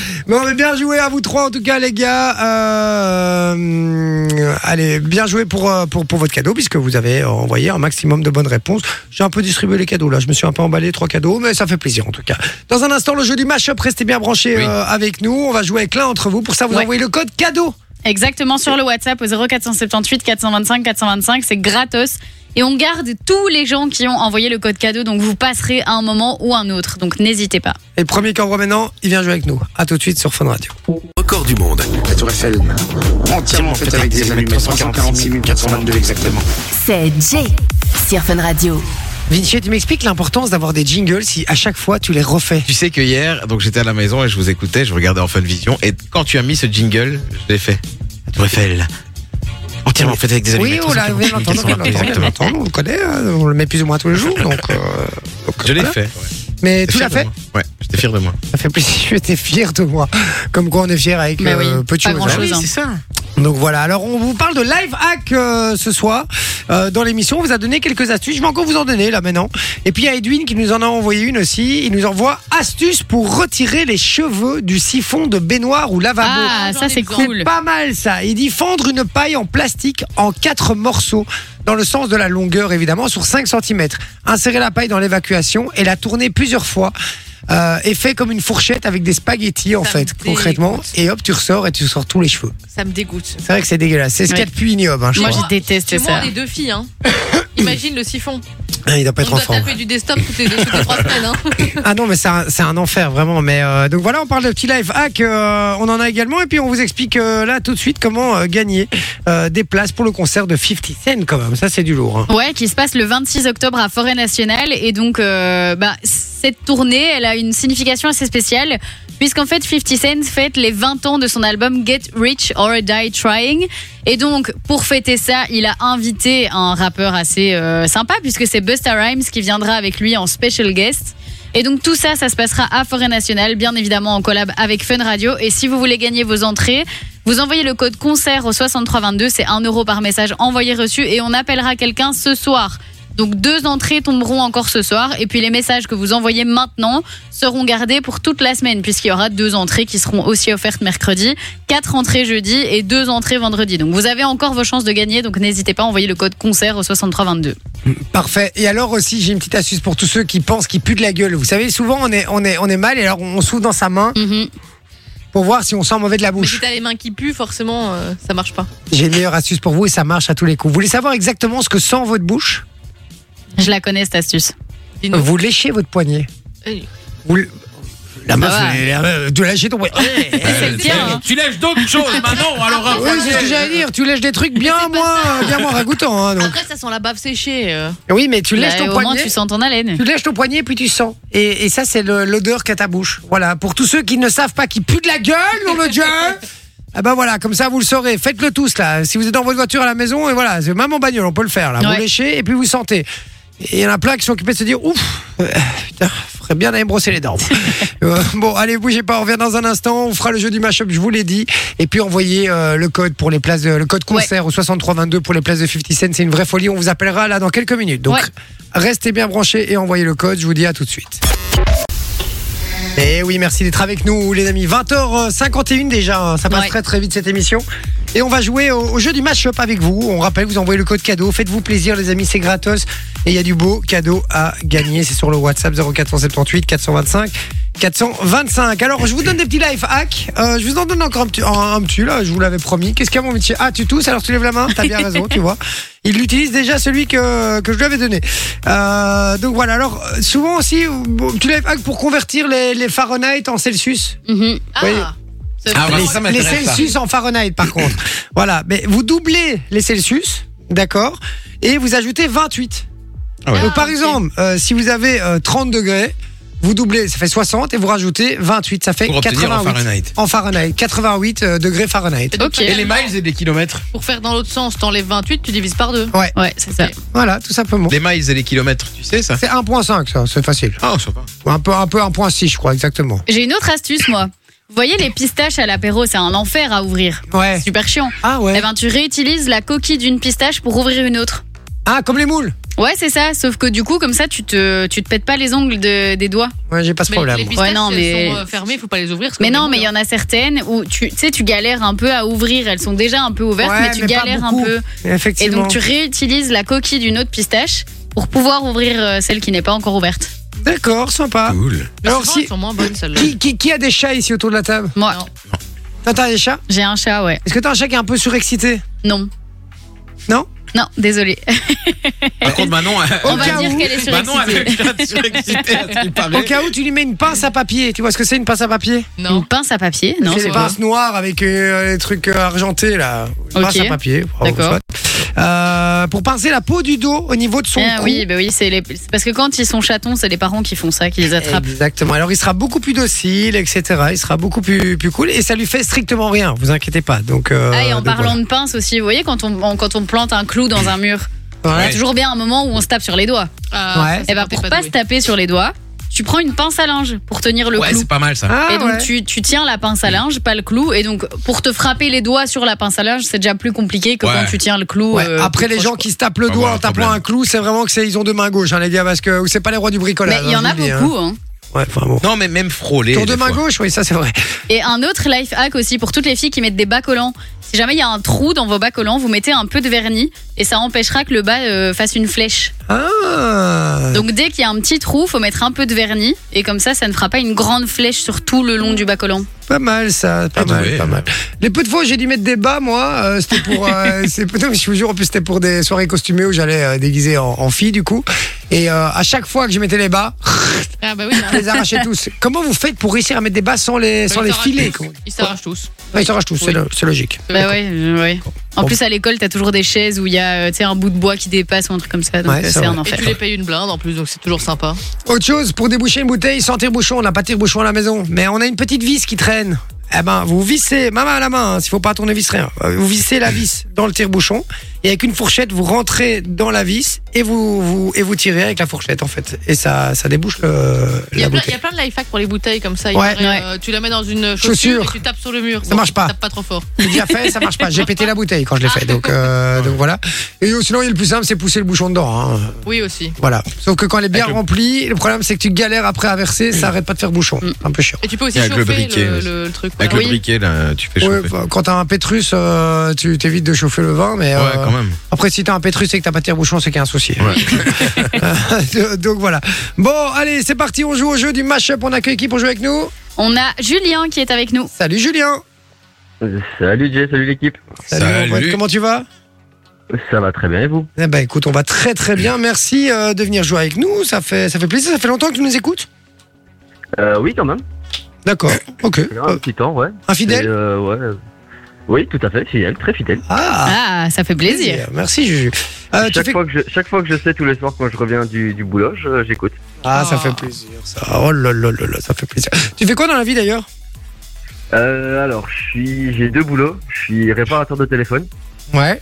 S1: <laughs> bon, mais bien joué à vous trois, en tout cas, les gars. Euh, hum, allez, bien joué pour, euh, pour, pour votre cadeau, puisque vous avez euh, envoyé un maximum de bonnes réponses. J'ai un peu distribué les cadeaux, là. Je me suis un peu emballé, trois cadeaux, mais ça fait plaisir, en tout cas. Dans un instant, le jeu du match-up, restez bien branchés
S3: Oui.
S1: euh, avec nous. On va jouer avec l'un entre vous. Pour ça, vous
S2: Ouais.
S1: envoyez le code cadeau.
S2: Exactement sur le WhatsApp au 0478 425 425, c'est gratos. Et on garde tous les gens qui ont envoyé le code cadeau, donc vous passerez à un moment ou un autre. Donc n'hésitez pas.
S1: Et le premier qui envoie maintenant, il vient jouer avec nous. À tout de suite sur Fun Radio.
S8: Record du monde.
S9: La tour Eiffel, entièrement faite avec des allumettes, 346 422 exactement.
S5: C'est Jay sur Fun Radio.
S1: Vinci, tu m'expliques l'importance d'avoir des jingles si à chaque fois tu les refais.
S3: Tu sais que hier, donc j'étais à la maison et je vous écoutais, je regardais en fin de vision et quand tu as mis ce jingle, je l'ai fait. La Tour Eiffel, entièrement faite avec des
S1: Oui,
S3: allumettes.
S1: on l'a, on vient
S3: 346
S1: d'entendre, on l'a entendu, on l'a
S3: 422 hein. exactement.
S1: entendu, on le connaît, hein, on le met plus ou moins tous les jours. Donc, euh, donc,
S3: Je l'ai
S1: voilà.
S3: fait. ouais.
S1: Mais
S3: J'étais
S1: tu l'as
S3: fier de
S1: fait
S3: moi. Ouais, j'étais fier de moi.
S1: Ça fait plaisir, <laughs> j'étais fier de moi. Comme quoi on est fier avec
S2: Mais oui,
S1: euh, peu de
S2: pas
S1: choses.
S2: grand-chose.
S1: hein.
S2: Ah Oui, c'est
S3: ça.
S1: Donc voilà, alors on vous parle de live hack euh, ce soir euh, dans l'émission. On vous a donné quelques astuces, je vais encore vous en donner là maintenant. Et puis il y a Edwin qui nous en a envoyé une aussi. Il nous envoie astuces pour retirer les cheveux du siphon de baignoire ou lavabo.
S2: Ah,
S4: j'en
S2: ça
S4: ai
S2: c'est
S4: besoin.
S2: cool.
S1: C'est pas mal ça. Il dit fendre une paille en plastique en quatre morceaux, dans le sens de la longueur évidemment, sur 5 cm. Insérer la paille dans l'évacuation et la tourner plusieurs fois. Euh, et fait comme une fourchette avec des spaghettis en
S4: Ça
S1: fait,
S4: me
S1: concrètement.
S4: dégoûte.
S1: Et hop, tu ressors et tu sors tous les cheveux.
S4: Ça me dégoûte.
S1: C'est vrai que c'est dégueulasse. C'est ce qu'il y a de plus ignoble. hein, je
S2: Moi
S1: crois.
S2: je déteste
S4: C'est moi,
S2: ça.
S4: on est deux filles, hein. Imagine le siphon.
S1: Ah, Il doit pas
S4: On
S1: être en
S4: doit
S1: forme.
S4: taper du desktop toutes les, toutes les trois semaines, hein.
S1: Ah non, mais c'est un, c'est un enfer, vraiment. Mais euh, donc voilà, on parle de petit live hack. euh, on en a également. Et puis on vous explique euh, là tout de suite comment euh, gagner euh, des places pour le concert de 50 Cent quand même. Ça, c'est du lourd. hein.
S2: Ouais, qui se passe le 26 octobre à Forêt Nationale. Et donc, euh, bah, cette tournée, elle a une signification assez spéciale, puisqu'en fait, 50 Cent fête les 20 ans de son album Get Rich or Die Trying. Et donc, pour fêter ça, il a invité un rappeur assez euh, sympa, puisque c'est Busta Rhymes qui viendra avec lui en special guest. Et donc tout ça, ça se passera à Forêt Nationale, bien évidemment en collab avec Fun Radio. Et si vous voulez gagner vos entrées, vous envoyez le code concert au 6322, c'est 1 euro par message envoyé reçu et on appellera quelqu'un ce soir. Donc deux entrées tomberont encore ce soir et puis les messages que vous envoyez maintenant seront gardés pour toute la semaine puisqu'il y aura deux entrées qui seront aussi offertes mercredi, quatre entrées jeudi et deux entrées vendredi. Donc vous avez encore vos chances de gagner donc n'hésitez pas à envoyer le code concert au 6322.
S1: Parfait. Et alors aussi, j'ai une petite astuce pour tous ceux qui pensent qu'ils puent de la gueule. Vous savez, souvent on est, on est, on est mal et alors on souffle dans sa main
S2: Mhm.
S1: pour voir si on sent mauvais de la
S4: Mais si
S1: bouche.
S4: t'as les mains qui puent, forcément, euh, ça marche pas.
S1: J'ai une meilleure astuce pour vous et ça marche à tous les coups. Vous voulez savoir exactement ce que sent votre bouche
S2: Je la connais cette astuce. Mm.
S4: Non.
S1: Vous léchez votre poignet.
S4: Oui.
S1: Vous l- la meuf,
S2: va.
S1: elle- elle- tu lâches ton poignet.
S2: Ah C'est le tien, hein. Ah
S3: Tu lèches d'autres choses, Manon, alors
S1: Oui, c'est ce que j'allais dire. Tu lèches des trucs bien moins, bien moins ragoûtants. hein, donc.
S4: Après, ça sent la bave séchée. euh.
S1: Oui, mais tu lèches
S2: Bah,
S1: ton
S2: au
S1: poignet.
S2: moins tu sens ton haleine.
S1: Tu lèches ton poignet puis tu sens. Et, et ça, c'est le- l'odeur qu'a ta bouche. Voilà. Pour tous ceux qui ne savent pas qui pue de la gueule, nom de Dieu. Ah ben voilà, comme ça vous le saurez. Faites-le tous là. Si vous êtes dans votre voiture à la maison, et voilà, c'est même en bagnole, on peut le faire là. Vous
S2: Ouais.
S1: léchez et puis vous sentez. Et il y en a plein qui sont occupés de se dire ouf, euh, putain, ferait bien d'aller me brosser les
S2: <laughs>
S1: dents. Euh, bon, allez, bougez pas, on revient dans un instant. On fera le jeu du mashup, je vous l'ai dit. Et puis envoyez euh, le code pour les places, de, le code concert au 6322 pour les places de 50 Cent. C'est une vraie folie. On vous appellera là dans quelques minutes. Donc
S2: Ouais.
S1: restez bien branchés et envoyez le code. Je vous dis à tout de suite. Et Eh oui, merci d'être avec nous, les amis. 20h51 déjà, hein. ça passe
S2: Ouais.
S1: très très vite cette émission. Et on va jouer au, au jeu du match-up avec vous. On rappelle, vous envoyez le code cadeau. Faites-vous plaisir, les amis, c'est gratos. Et il y a du beau cadeau à gagner. C'est sur le WhatsApp 0478 425 425. Alors, je vous donne des petits life hacks. Euh, je vous en donne encore un petit, un, un petit là, je vous l'avais promis. Qu'est-ce qu'il y a, mon métier Ah, tu tousses, alors tu lèves la main. T'as bien raison, tu vois. Il utilise déjà celui que, que je lui avais donné. Euh, donc voilà, alors euh, souvent aussi, bon, tu lèves hack pour convertir les, les Fahrenheit en Celsius.
S2: Mhm.
S4: Ah,
S1: Oui.
S4: Ça-
S3: Ah, ouais,
S1: les,
S3: ça
S1: les
S3: m'intéresse, ça.
S1: Celsius en Fahrenheit, par contre. voilà, mais vous doublez les Celsius, d'accord, et vous ajoutez 28.
S3: Ah ouais.
S1: Donc par
S4: Ah, ok.
S1: exemple, euh, si vous avez euh, 30 degrés, vous doublez, ça fait 60 et vous rajoutez 28, ça fait
S3: Pour obtenir en
S1: 88.
S3: Fahrenheit.
S1: En Fahrenheit, 88 euh, degrés Fahrenheit.
S4: donc,
S2: Ok.
S3: Et les miles et les kilomètres
S4: Pour faire dans l'autre sens, t'enlèves 28, tu divises par deux.
S2: Ouais, c'est ça.
S1: Voilà, tout simplement.
S3: Les miles et les kilomètres, tu sais ça
S1: C'est 1.5 ça, c'est facile.
S3: Ah, je sais pas.
S1: Un peu, un peu 1.6 je crois, exactement.
S2: J'ai une autre astuce, moi. Vous voyez les pistaches à l'apéro, c'est un enfer à ouvrir.
S1: Ouais.
S2: Super chiant.
S1: Ah
S2: Eh
S1: ouais.
S2: ben, tu réutilises la coquille d'une pistache pour ouvrir une autre.
S1: Ah comme les moules.
S2: Ouais, c'est ça. Sauf que du coup, comme ça, tu te, tu te pètes pas les ongles de- des doigts.
S1: Ouais, j'ai pas ce
S4: Mais
S1: problème.
S4: les
S1: moi.
S4: pistaches
S2: Ouais, non,
S4: elles
S2: mais-
S4: sont euh, fermées, faut pas les ouvrir.
S2: Mais non, mais il y en a certaines où tu tu sais, tu galères un peu à ouvrir. Elles sont déjà un peu ouvertes,
S1: Ouais,
S2: mais tu
S1: mais pas
S2: galères un
S1: beaucoup.
S2: peu. Et
S1: Effectivement.
S2: donc, tu réutilises la coquille d'une autre pistache pour pouvoir ouvrir euh, celle qui n'est pas encore ouverte.
S1: D'accord, sympa.
S3: Cool.
S1: Alors
S4: Alors
S1: si
S4: sont moins bonnes celles-là.
S1: qui, qui, qui a des chats ici autour de la table
S2: Moi,
S1: Toi, t'as des chats
S2: j'ai un chat, ouais.
S1: Est-ce que t'as un chat qui est un peu surexcité
S2: Non.
S1: Non
S2: Non, désolé.
S3: Par contre, Manon,
S2: On
S1: Au
S2: va
S1: cas
S2: dire
S1: où-
S2: qu'elle est
S3: Manon
S2: surexcitée.
S3: avait une surexcité à ce
S1: <laughs>
S3: qu'il
S1: Au
S3: paraît.
S1: cas où tu lui mets une pince à papier, tu vois ce que c'est une pince à papier
S2: Une
S4: Non.
S2: pince à papier, non
S1: C'est
S2: c'est
S1: les
S2: pas-
S1: pinces noires avec euh, les trucs euh, argentés là. Une
S2: Ok.
S1: Pince à papier. Oh,
S2: D'accord.
S1: soit. Euh, pour pincer la peau du dos au niveau de son
S2: Ah
S1: cou.
S2: oui, bah oui, c'est les... c'est parce que quand ils sont chatons, c'est les parents qui font ça, qui les attrapent.
S1: Exactement. Alors il sera beaucoup plus docile, etc. Il sera beaucoup plus, plus cool et ça lui fait strictement rien. Vous inquiétez pas. Donc. euh,
S2: ah, et en
S1: donc
S2: parlant de pince aussi, vous voyez, quand on, on- quand on plante un clou dans un mur,
S1: voilà.
S2: il y
S1: Ouais.
S2: a toujours bien un moment où on se tape sur les doigts.
S1: Ouais.
S4: Ah, ça, c'est
S2: et ben
S4: quand t'es
S2: pour pas se
S4: doué.
S2: taper sur les doigts, tu prends une pince à linge pour tenir le
S3: Ouais,
S2: clou.
S3: c'est pas mal ça.
S1: Ah,
S2: et donc
S1: ouais.
S2: tu, tu tiens la
S1: Mm.
S2: pince à linge, pas le clou. Et donc pour te frapper les doigts sur la pince à linge, c'est déjà plus compliqué que
S3: Ouais.
S2: quand tu tiens le clou.
S1: Ouais,
S2: euh,
S1: Après,
S2: plus
S1: les
S2: proche,
S1: gens
S2: quoi.
S1: qui se tapent le
S3: Pas
S1: doigt
S3: moi,
S1: en
S3: un
S1: tapant
S3: problème.
S1: un clou, c'est vraiment que c'est ils ont deux mains gauches, hein, les gars, parce que ou c'est pas les rois du bricolage.
S2: Mais il y
S1: hein,
S2: en
S1: je
S2: a
S1: vous le dis,
S2: beaucoup.
S1: hein.
S2: hein.
S1: Ouais, vraiment.
S3: Non, mais même frôler.
S1: Tour
S3: des
S1: de main
S3: fois.
S1: gauche, oui, ça c'est vrai.
S2: Et un autre life hack aussi pour toutes les filles qui mettent des bas collants. Si jamais il y a un trou dans vos bas collants, vous mettez un peu de vernis et ça empêchera que le bas euh, fasse une flèche.
S1: Ah.
S2: Donc dès qu'il y a un petit trou, faut mettre un peu de vernis et comme ça, ça ne fera pas une grande flèche sur tout le long du bas collant.
S1: Pas mal ça, pas
S3: Ah,
S1: mal,
S3: doué,
S1: pas
S3: hein.
S1: mal. Les peu de fois où j'ai dû mettre des bas, moi, euh, c'était pour. <laughs> euh, c'est- non, mais je vous jure, en plus, c'était pour des soirées costumées où j'allais euh, déguiser en, en fille, du coup. Et euh, à chaque fois que je mettais les bas, <laughs>
S4: Ah, bah oui,
S1: je les arrachais tous. Comment vous faites pour réussir à mettre des bas sans les, sans les filer quoi
S4: Bah, Ils s'arrachent tous.
S1: Ouais, Bah, Ils s'arrachent tous, c'est
S4: Oui.
S1: lo- c'est logique.
S2: Bah ouais, euh, ouais. En
S1: Bon.
S2: plus à l'école, t'as toujours des chaises où il y a euh, tu sais, un bout de bois qui dépasse ou un truc comme ça, donc
S1: Ouais,
S2: euh,
S1: c'est
S2: c'est un
S1: vrai.
S4: Et
S2: enfer.
S4: tu les payes une blinde en plus, donc c'est toujours sympa.
S1: Autre chose, pour déboucher une bouteille, sans tire-bouchon, on n'a pas de tire-bouchon à la maison, mais on a une petite vis qui traîne. Eh ben, vous vissez, main à la main, hein, s'il faut pas tourner vis rien. Euh, Vous vissez la vis dans le tire-bouchon et avec une fourchette, vous rentrez dans la vis et vous, vous, et vous tirez avec la fourchette en fait. Et ça, ça débouche le,
S4: Il y,
S1: la
S4: a plein, il
S1: bouteille.
S4: y a plein de life hacks pour les bouteilles comme ça. Il
S1: Ouais.
S4: paraît, euh, tu la mets dans une
S1: Chaussure.
S4: chaussure, et tu tapes sur le mur.
S1: Ça marche pas.
S4: Tape pas trop fort.
S1: J'ai déjà fait, ça marche pas. J'ai pété la bouteille quand je l'ai fait. Donc,
S4: Ah.
S1: euh, donc voilà. Et sinon, il y a le plus simple, c'est pousser le bouchon dedans. hein.
S4: Oui aussi.
S1: Voilà. Sauf que quand elle est bien
S3: Avec le-
S1: remplie, le problème c'est que tu galères après à verser, ça arrête pas de faire bouchon.
S3: Mm.
S1: Un peu chiant.
S4: Et tu peux aussi
S3: Et avec
S4: chauffer
S3: le
S4: le,
S3: briquet,
S4: le,
S3: aussi.
S4: le truc.
S2: Ah
S3: Avec
S4: voilà.
S3: le briquet, là, tu fais
S1: Ouais,
S3: chauffer. Ouais,
S1: bah, quand t'as un pétrus, euh, tu t'évites de chauffer le vin, mais euh,
S3: quand même.
S1: après si t'as un pétrus et que t'as pas de tire-bouchon, c'est qu'il y a un souci. <laughs> Euh,
S3: Ouais.
S1: Donc voilà. Bon, allez, c'est parti, on joue au jeu du match-up, on accueille qui pour jouer avec nous
S2: On a Julien qui est avec nous.
S1: Salut Julien
S8: Salut Jay, salut l'équipe.
S1: mon pote,
S3: Salut.
S1: comment tu vas
S8: Ça va très bien et vous
S1: Eh ben écoute, on va très très bien, merci euh, de venir jouer avec nous, ça fait, ça fait plaisir, ça fait longtemps que tu nous écoutes
S8: euh, Oui, quand même.
S1: D'accord, ok.
S8: Un
S1: Euh,
S8: petit temps, ouais. Et,
S1: infidèle
S8: euh, ouais. Oui, tout à fait, fidèle, très fidèle.
S1: Ah
S2: Ah, ça fait plaisir.
S1: Merci Juju. Euh, tu
S8: chaque,
S1: fais-
S8: fois que je, chaque fois que je sais, tous les soirs, quand je reviens du, du boulot, je- j'écoute.
S1: Ah, ça
S4: Ah.
S1: fait plaisir. Ça. Oh là là là là, ça fait plaisir. Tu fais quoi dans la vie d'ailleurs
S8: Euh, alors, je suis- j'ai deux boulots. Je suis réparateur de téléphone
S1: Ouais.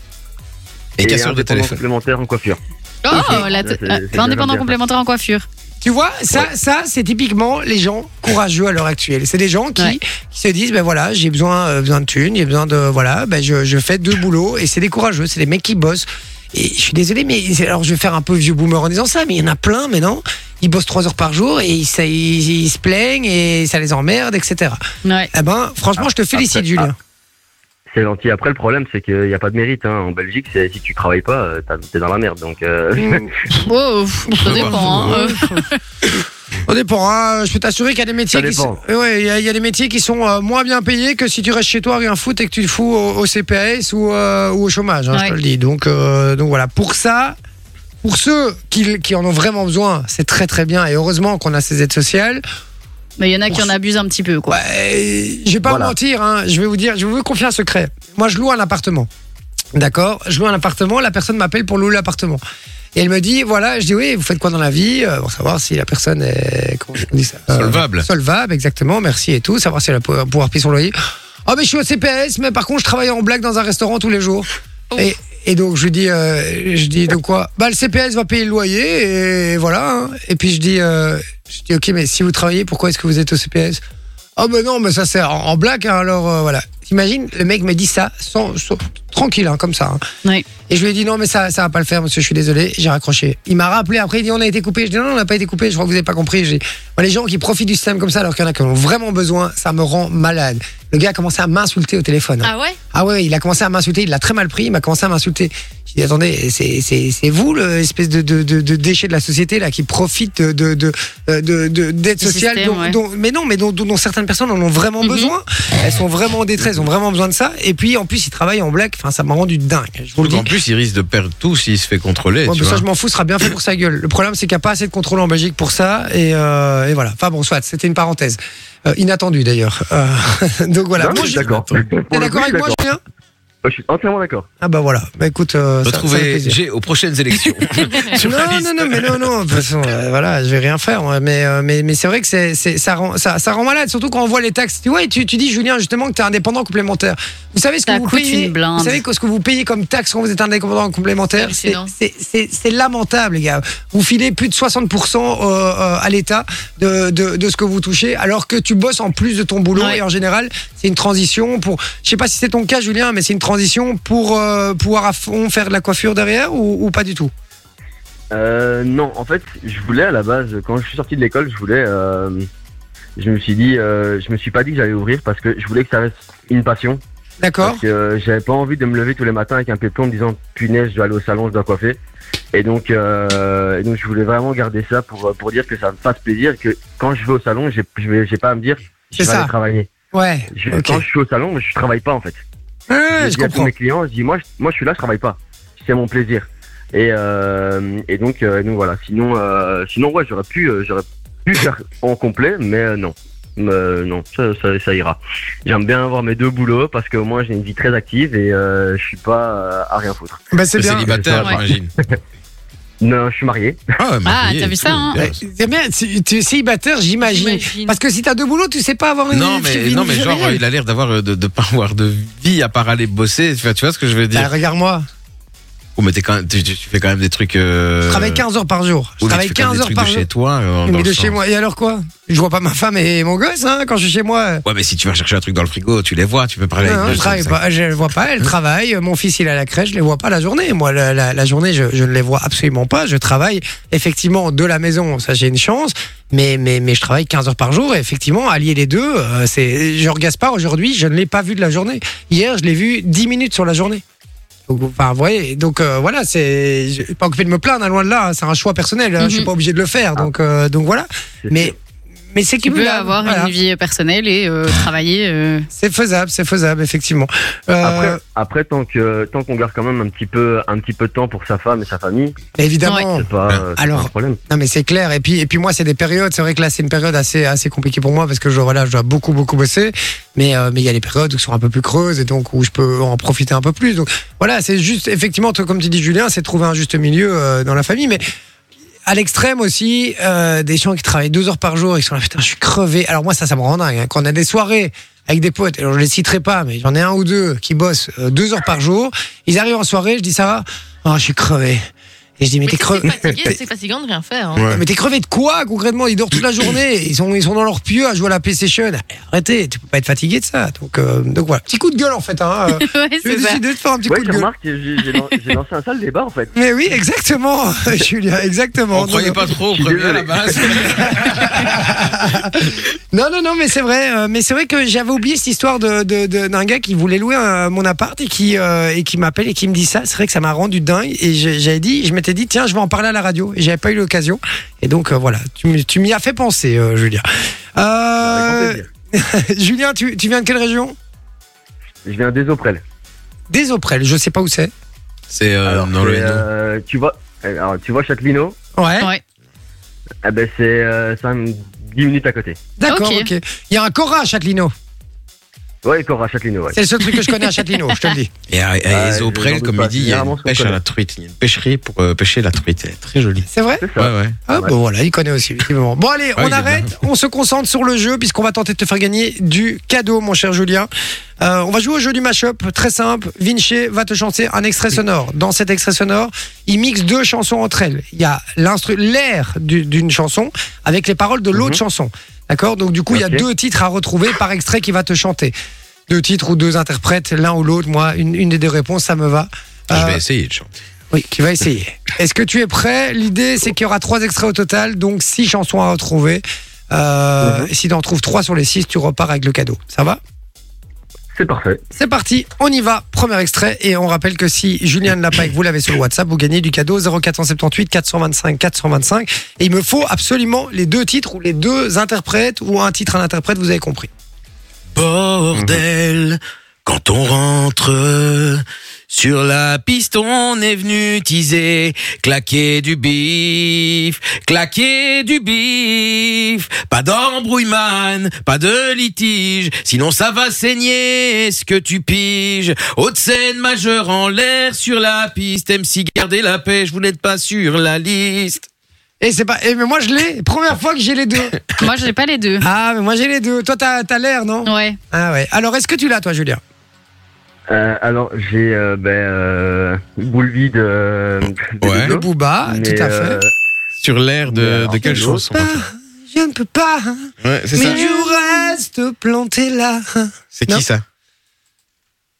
S3: Et casseur de
S8: indépendant
S3: téléphone.
S8: complémentaire en coiffure.
S2: Oh, la-
S9: Là, c'est-
S2: euh,
S9: c'est
S2: indépendant
S9: bien.
S2: complémentaire en coiffure.
S1: Tu vois, ça, ça c'est typiquement les gens courageux à l'heure actuelle. C'est des gens qui,
S2: Ouais.
S1: qui se disent, ben voilà, j'ai besoin, euh, besoin de thunes, j'ai besoin de, voilà, ben je, je fais deux boulots. Et c'est des courageux, c'est des mecs qui bossent. Et je suis désolé, mais c'est- alors je vais faire un peu vieux boomer en disant ça, mais il y en a plein maintenant. Ils bossent trois heures par jour et ils, ça- ils- ils se plaignent et ça les emmerde, etc.
S2: Ouais.
S1: Eh ben, franchement, je te félicite,
S9: après-
S1: Julien.
S9: C'est gentil. Après, le problème, c'est qu'il n'y a pas de mérite. Hein. En Belgique, c'est- si tu travailles pas, euh, t'as- t'es dans la merde. Donc, euh,
S1: Mmh.
S8: <laughs>
S2: Oh, pff, ça dépend. hein. Euh,
S1: On dépend, hein. je peux t'assurer qu'il y a des métiers
S9: Ça
S1: qui sont,
S9: dépend.
S1: Ouais, ouais, il y, a- il y a des métiers qui sont euh, moins bien payés que si tu restes chez toi à rien foutre et que tu te fous au, au CPS ou, euh, ou au chômage, hein, je
S2: Ouais.
S1: te le dis. Donc, euh, donc voilà, pour ça, pour ceux qui, qui en ont vraiment besoin, c'est très très bien et heureusement qu'on a ces aides sociales.
S2: Mais il y en a qui en abusent un petit peu, quoi.
S1: Ouais, je vais pas
S9: Voilà.
S1: vous mentir, hein. je vais vous dire, je vais vous confier un secret. Moi, je loue un appartement. D'accord Je loue un appartement, la personne m'appelle pour louer l'appartement. Et elle me dit, voilà, je dis, oui, vous faites quoi dans la vie Euh, Pour savoir si la personne est. Comment on dit ça Euh,
S3: Solvable.
S1: Solvable, exactement, merci et tout, savoir si elle va pouvoir pouvoir payer son loyer. Ah, mais je suis au CPS, mais par contre, je travaille en blague dans un restaurant tous les jours. Et, et donc, je lui dis, euh, je dis, donc quoi Bah, le CPS va payer le loyer, et voilà. hein. Et puis, je dis, euh, je dis, ok, mais si vous travaillez, pourquoi est-ce que vous êtes au CPS Oh ben non, mais ça c'est en, en blague, hein, alors euh, voilà. T'imagines, le mec m'a dit ça, sans, sans- tranquille, hein, comme ça. hein.
S2: Ouais.
S1: Et je lui ai dit non, mais ça, ça va pas le faire, monsieur, je suis désolé, j'ai raccroché. Il m'a rappelé après, il dit on a été coupé. Je dis non, on n'a pas été coupé, je crois que vous avez pas compris. J'ai- Moi, les gens qui profitent du système comme ça, alors qu'il y en a qui en ont vraiment besoin, ça me rend malade. Le gars a commencé à m'insulter au téléphone. hein.
S4: Ah ouais
S1: Ah ouais, il a commencé à m'insulter, il l'a très mal pris, il m'a commencé à m'insulter. J'ai dit attendez, c'est- c'est c'est vous l'espèce de, de, de, de déchet de la société là qui profite de de de euh, de- de- d'aide
S2: Du
S1: sociale
S2: système,
S1: dont-
S2: ouais.
S1: dont- mais non, mais dont, dont- dont certaines personnes en ont vraiment
S2: Mhm.
S1: besoin. Elles sont vraiment en détresse, ont vraiment besoin de ça. Et puis en plus, ils travaillent en black. Enfin, ça m'a rendu dingue. Je vous le dis.
S3: En plus, il risque de perdre tout s'il se fait contrôler.
S1: Ouais,
S3: tu
S1: mais
S9: hein.
S1: ça,
S3: vois.
S1: je m'en fous, ce sera bien fait pour sa gueule. Le problème, c'est qu'il n'y a pas assez de contrôle en Belgique pour ça. Et, euh, et voilà. Enfin bon, soit, c'était une parenthèse. Euh, inattendue d'ailleurs. Euh, <laughs> donc voilà.
S9: non,
S1: Moi,
S9: je suis
S1: je-
S9: d'accord.
S8: <laughs>
S9: Pour
S1: T'es
S9: le coup,
S1: d'accord
S9: je suis
S1: avec moi,
S9: d'accord.
S1: Julien
S9: Je suis entièrement d'accord.
S1: Ah bah voilà. Bah écoute, euh, ça- ça, fait
S3: Retrouvez
S1: plaisir.
S3: G aux prochaines
S2: <laughs>
S3: élections. Sur la
S1: Non,
S3: liste.
S1: non, non, mais non, non. De toute façon, euh, voilà, je vais rien faire. moi, Mais, euh, mais, mais c'est vrai que c'est, c'est- ça, rend, ça, ça rend malade, surtout quand on voit les taxes. Tu vois, et tu, tu dis, Julien, justement, que tu es indépendant complémentaire. Vous savez ce que
S2: Ça
S1: vous
S2: coûte
S1: payez
S2: une blinde.
S1: Vous savez que ce que vous payez comme taxe quand vous êtes indépendant complémentaire C'est,
S4: Hallucinant.
S1: c'est, c'est- c'est lamentable, les gars. Vous filez plus de 60% euh, euh, à l'État de, de, de ce que vous touchez, alors que tu bosses en plus de ton boulot.
S2: Ouais.
S1: Et en général, c'est une transition pour. Je sais pas si c'est ton cas, Julien, mais c'est une transition pour euh, pouvoir à fond faire de la coiffure derrière ou- ou pas du tout
S9: Euh, non, en fait, je voulais à la base, quand je suis sorti de l'école, je voulais. euh, je me suis dit, euh, je me suis pas dit que j'allais ouvrir parce que je voulais que ça reste une passion.
S1: D'accord
S9: Parce que euh, j'avais pas envie de me lever tous les matins avec un péplon en me disant punaise, je dois aller au salon, je dois coiffer. Et donc, euh, et donc je voulais vraiment garder ça pour, euh, pour dire que ça me fasse plaisir, et que quand je vais au salon, j'ai- je vais, j'ai pas à me dire je
S1: C'est
S9: vais
S1: ça.
S9: aller travailler.
S1: Ouais.
S9: Je-
S1: ok.
S9: Quand je suis au salon, je travaille pas en fait.
S1: Ah,
S9: je,
S1: je
S9: dis à tous
S1: comprends.
S9: mes clients, je dis moi, je, moi je suis là, je travaille pas. C'est mon plaisir. Et, euh, et donc, euh, donc voilà. Sinon, euh, sinon ouais, j'aurais pu, euh, j'aurais pu <laughs> faire en complet, mais euh, non, Euh, non, ça, ça, ça ira. J'aime bien avoir mes deux boulots parce qu'au moins j'ai une vie très active et euh, je suis pas euh, à rien foutre.
S1: Bah, c'est
S3: Le
S1: bien.
S3: célibataire,
S2: Ouais.
S3: j'imagine.
S9: Non, je suis marié.
S3: Ah,
S2: Ah,
S3: marié
S2: t'as
S3: et
S2: vu
S3: tout.
S2: ça, hein
S1: Ouais, C'est bien, tu tu es célibataire, j'imagine.
S4: J'imagine.
S1: Parce que si t'as deux boulots, tu sais pas avoir une
S3: Non
S1: une-
S3: mais
S1: une-
S3: non mais
S1: une-
S3: genre il a l'air d'avoir euh, de, de pas avoir de vie à part aller bosser tu vois, tu vois ce que je veux
S1: Bah,
S3: dire
S1: regarde-moi,
S3: oh, mais t'es quand même, tu, tu- tu fais quand même des trucs euh...
S1: Bah, je travaille 15 heures par jour. Je
S3: oui, mais tu
S1: travaille
S3: fais quand même
S1: 15
S3: des
S1: heures
S3: trucs
S1: par
S3: de
S1: jour.
S3: chez toi euh, dans
S1: Mais
S3: le
S1: de chez
S3: sens-
S1: moi. Et alors quoi Je vois pas ma femme et mon gosse hein, quand je suis chez moi.
S3: ouais mais si tu vas chercher un truc dans le frigo tu les vois tu peux parler
S1: Non,
S3: avec
S1: non,
S3: eux,
S1: Hein, je travaille
S3: ça-
S1: pas, je le vois pas, elle travaille, mon fils il est à la crèche, je les vois pas la journée. Moi, la, la- la journée, je, je ne les vois absolument pas. Je travaille effectivement de la maison, ça j'ai une chance, mais, mais, mais je travaille 15 heures par jour et effectivement, allier les deux, euh, c'est. Georges Gaspard, aujourd'hui, je ne l'ai pas vu de la journée. Hier, je l'ai vu 10 minutes sur la journée. Donc, enfin, vous voyez, donc euh, voilà, c'est. Je suis pas occupé de me plaindre, hein, loin de là, hein, c'est un choix personnel, hein, je suis
S2: Mhm.
S1: pas obligé de le faire, donc, euh, donc voilà.
S9: C'est
S1: Mais.
S9: sûr.
S1: Mais c'est
S2: Tu peux
S1: cumulable,
S2: avoir
S1: voilà.
S2: une vie personnelle et euh, travailler. euh,
S1: C'est faisable, c'est faisable, effectivement. Euh,
S9: Après, après tant que tant qu'on garde quand même un petit peu un petit peu de temps pour sa femme et sa famille,
S1: mais évidemment.
S9: c'est pas, euh, c'est pas
S1: Oh. Alors,
S9: un problème.
S1: Non mais c'est clair et puis et puis moi c'est des périodes c'est vrai que là c'est une période assez assez compliquée pour moi parce que je voilà je dois beaucoup beaucoup bosser mais euh, mais il y a des périodes qui sont un peu plus creuses et donc où je peux en profiter un peu plus donc voilà c'est juste effectivement toi, comme tu dis Julien c'est de trouver un juste milieu euh, dans la famille mais à l'extrême aussi euh, des gens qui travaillent deux heures par jour et qui sont là putain je suis crevé alors moi ça ça me rend dingue hein. quand on a des soirées avec des potes alors je les citerai pas mais j'en ai un ou deux qui bossent euh, deux heures par jour ils arrivent en soirée je dis ça va oh, je Ah, suis crevé Et je dis, mais
S4: Mais
S1: t'es
S4: si
S1: creux.
S4: t'es
S1: <laughs>
S4: fatigué, c'est fatigant de rien faire. <laughs> hein.
S1: Mais t'es crevé de quoi concrètement Ils dorment toute la journée, ils sont, ils sont dans leur pieu à jouer à la PlayStation. Arrêtez, tu peux pas être fatigué de ça. Donc, euh, donc voilà, petit coup de gueule en fait. Hein.
S2: <laughs>
S1: euh.
S2: Ouais,
S1: J'ai
S2: c'est ça.
S1: décidé de faire un petit
S9: Ouais,
S1: coup de
S9: tu
S1: gueule.
S9: remarques, que j'ai j'ai lan- j'ai lancé un sale débat en fait.
S1: Mais oui, exactement, <laughs> Julien, exactement.
S3: On croyait
S1: Non,
S3: pas trop au
S9: Je suis
S3: premier à la
S9: désolé.
S1: <laughs>
S3: base.
S1: Non, non, non, mais c'est vrai. euh, mais c'est vrai que j'avais oublié cette histoire de, de, de- d'un gars qui voulait louer un- mon appart et qui, euh, et qui m'appelle et qui me dit ça. C'est vrai que ça m'a rendu dingue. Et j'ai- j'avais dit, je m'étais dit, tiens, je vais en parler à la radio. Et j'avais pas eu l'occasion. Et donc, euh, voilà, tu, m- tu m'y as fait penser, euh, Julien.
S9: Avec grand
S1: Euh,
S9: plaisir.
S1: <laughs> Julien, tu, tu viens de quelle région
S9: Je viens des Oprel.
S1: Des Auprel, je sais pas où c'est.
S3: C'est
S9: Alors,
S3: Euh, dans
S9: c'est,
S3: le
S9: euh, tu vois, alors, tu vois Châtelineau
S1: Ouais.
S2: Ouais.
S9: Eh ben, c'est euh, cinq- 10 minutes à côté.
S1: D'accord, ok.
S2: Ok.
S1: Il y a un Cora à Châtelineau.
S9: Ouais, encore à Châtelineau, ouais.
S1: C'est le seul truc que je connais à Châtelineau, je te le dis.
S3: Et à, à
S1: ah,
S9: Ouais,
S3: Ezoprel,
S9: j'en doute
S3: comme
S9: pas.
S3: il dit, il y a
S9: Généralement,
S3: une
S9: ce qu'on
S3: pêche à
S9: connaît.
S3: la truite. Il y a une pêcherie pour euh, pêcher la truite. Elle est très jolie.
S1: <laughs> C'est vrai
S9: C'est ça.
S3: Ouais, ouais.
S1: Ah bon voilà, il connaît aussi. effectivement. Bon allez,
S3: Ah il
S1: on
S3: est
S1: arrête, on se concentre sur le jeu puisqu'on va tenter de te faire gagner du cadeau mon cher Julien. Euh, on va jouer au jeu du mashup, très simple. Vinci va te chanter un extrait sonore. Dans cet extrait sonore, il mixe deux chansons entre elles. Il y a l'instru- l'air du- d'une chanson avec les paroles de l'autre
S9: Mhm.
S1: chanson. D'accord Donc du coup, il y a
S9: Ok.
S1: deux titres à retrouver par extrait qui va te chanter. Deux titres ou deux interprètes, l'un ou l'autre. Moi, une, une des deux réponses, ça me va.
S3: Ah, Je
S1: Euh,
S3: vais essayer de chanter.
S1: oui, tu vas essayer. Est-ce que tu es prêt L'idée, c'est qu'il y aura trois extraits au total, donc six chansons à retrouver. Euh, et Si tu en trouves trois sur les six, tu repars avec le cadeau. Ça va
S9: C'est parfait.
S1: C'est parti, on y va. Premier extrait. Et on rappelle que si Julien ne l'a pas et que vous l'avez sur le WhatsApp, vous gagnez du cadeau 0478 425 425. Et il me faut absolument les deux titres ou les deux interprètes ou un titre, un interprète, vous avez compris.
S3: Bordel, quand on rentre sur la piste, on est venu teaser, claquer du bif, claquer du bif. Pas d'embrouillement, pas de litige, sinon ça va saigner, est-ce que tu piges Haute scène majeure en l'air sur la piste, MC gardez la pêche, vous n'êtes pas sur la liste.
S1: Et c'est pas. eh, mais moi, je l'ai. Première fois que j'ai les deux.
S2: Moi, j'ai pas les deux.
S1: Ah, mais moi, j'ai les deux. Toi, t'as t'as l'air, non
S2: Ouais.
S1: Ah ouais. Alors, est-ce que tu l'as, toi, Julien
S9: Euh, alors, j'ai euh, ben, euh, boule vide. euh, des
S3: Ouais.
S1: Le
S9: Dodo,
S1: Booba,
S9: mais,
S1: Ah, tout à fait.
S9: euh,
S3: Sur l'air
S9: de- Mais alors, de quelle c'est chose
S1: Pas, je ne peux pas, hein,
S3: Ouais, c'est
S1: mais je reste planté là. hein.
S3: C'est
S1: Non.
S3: ça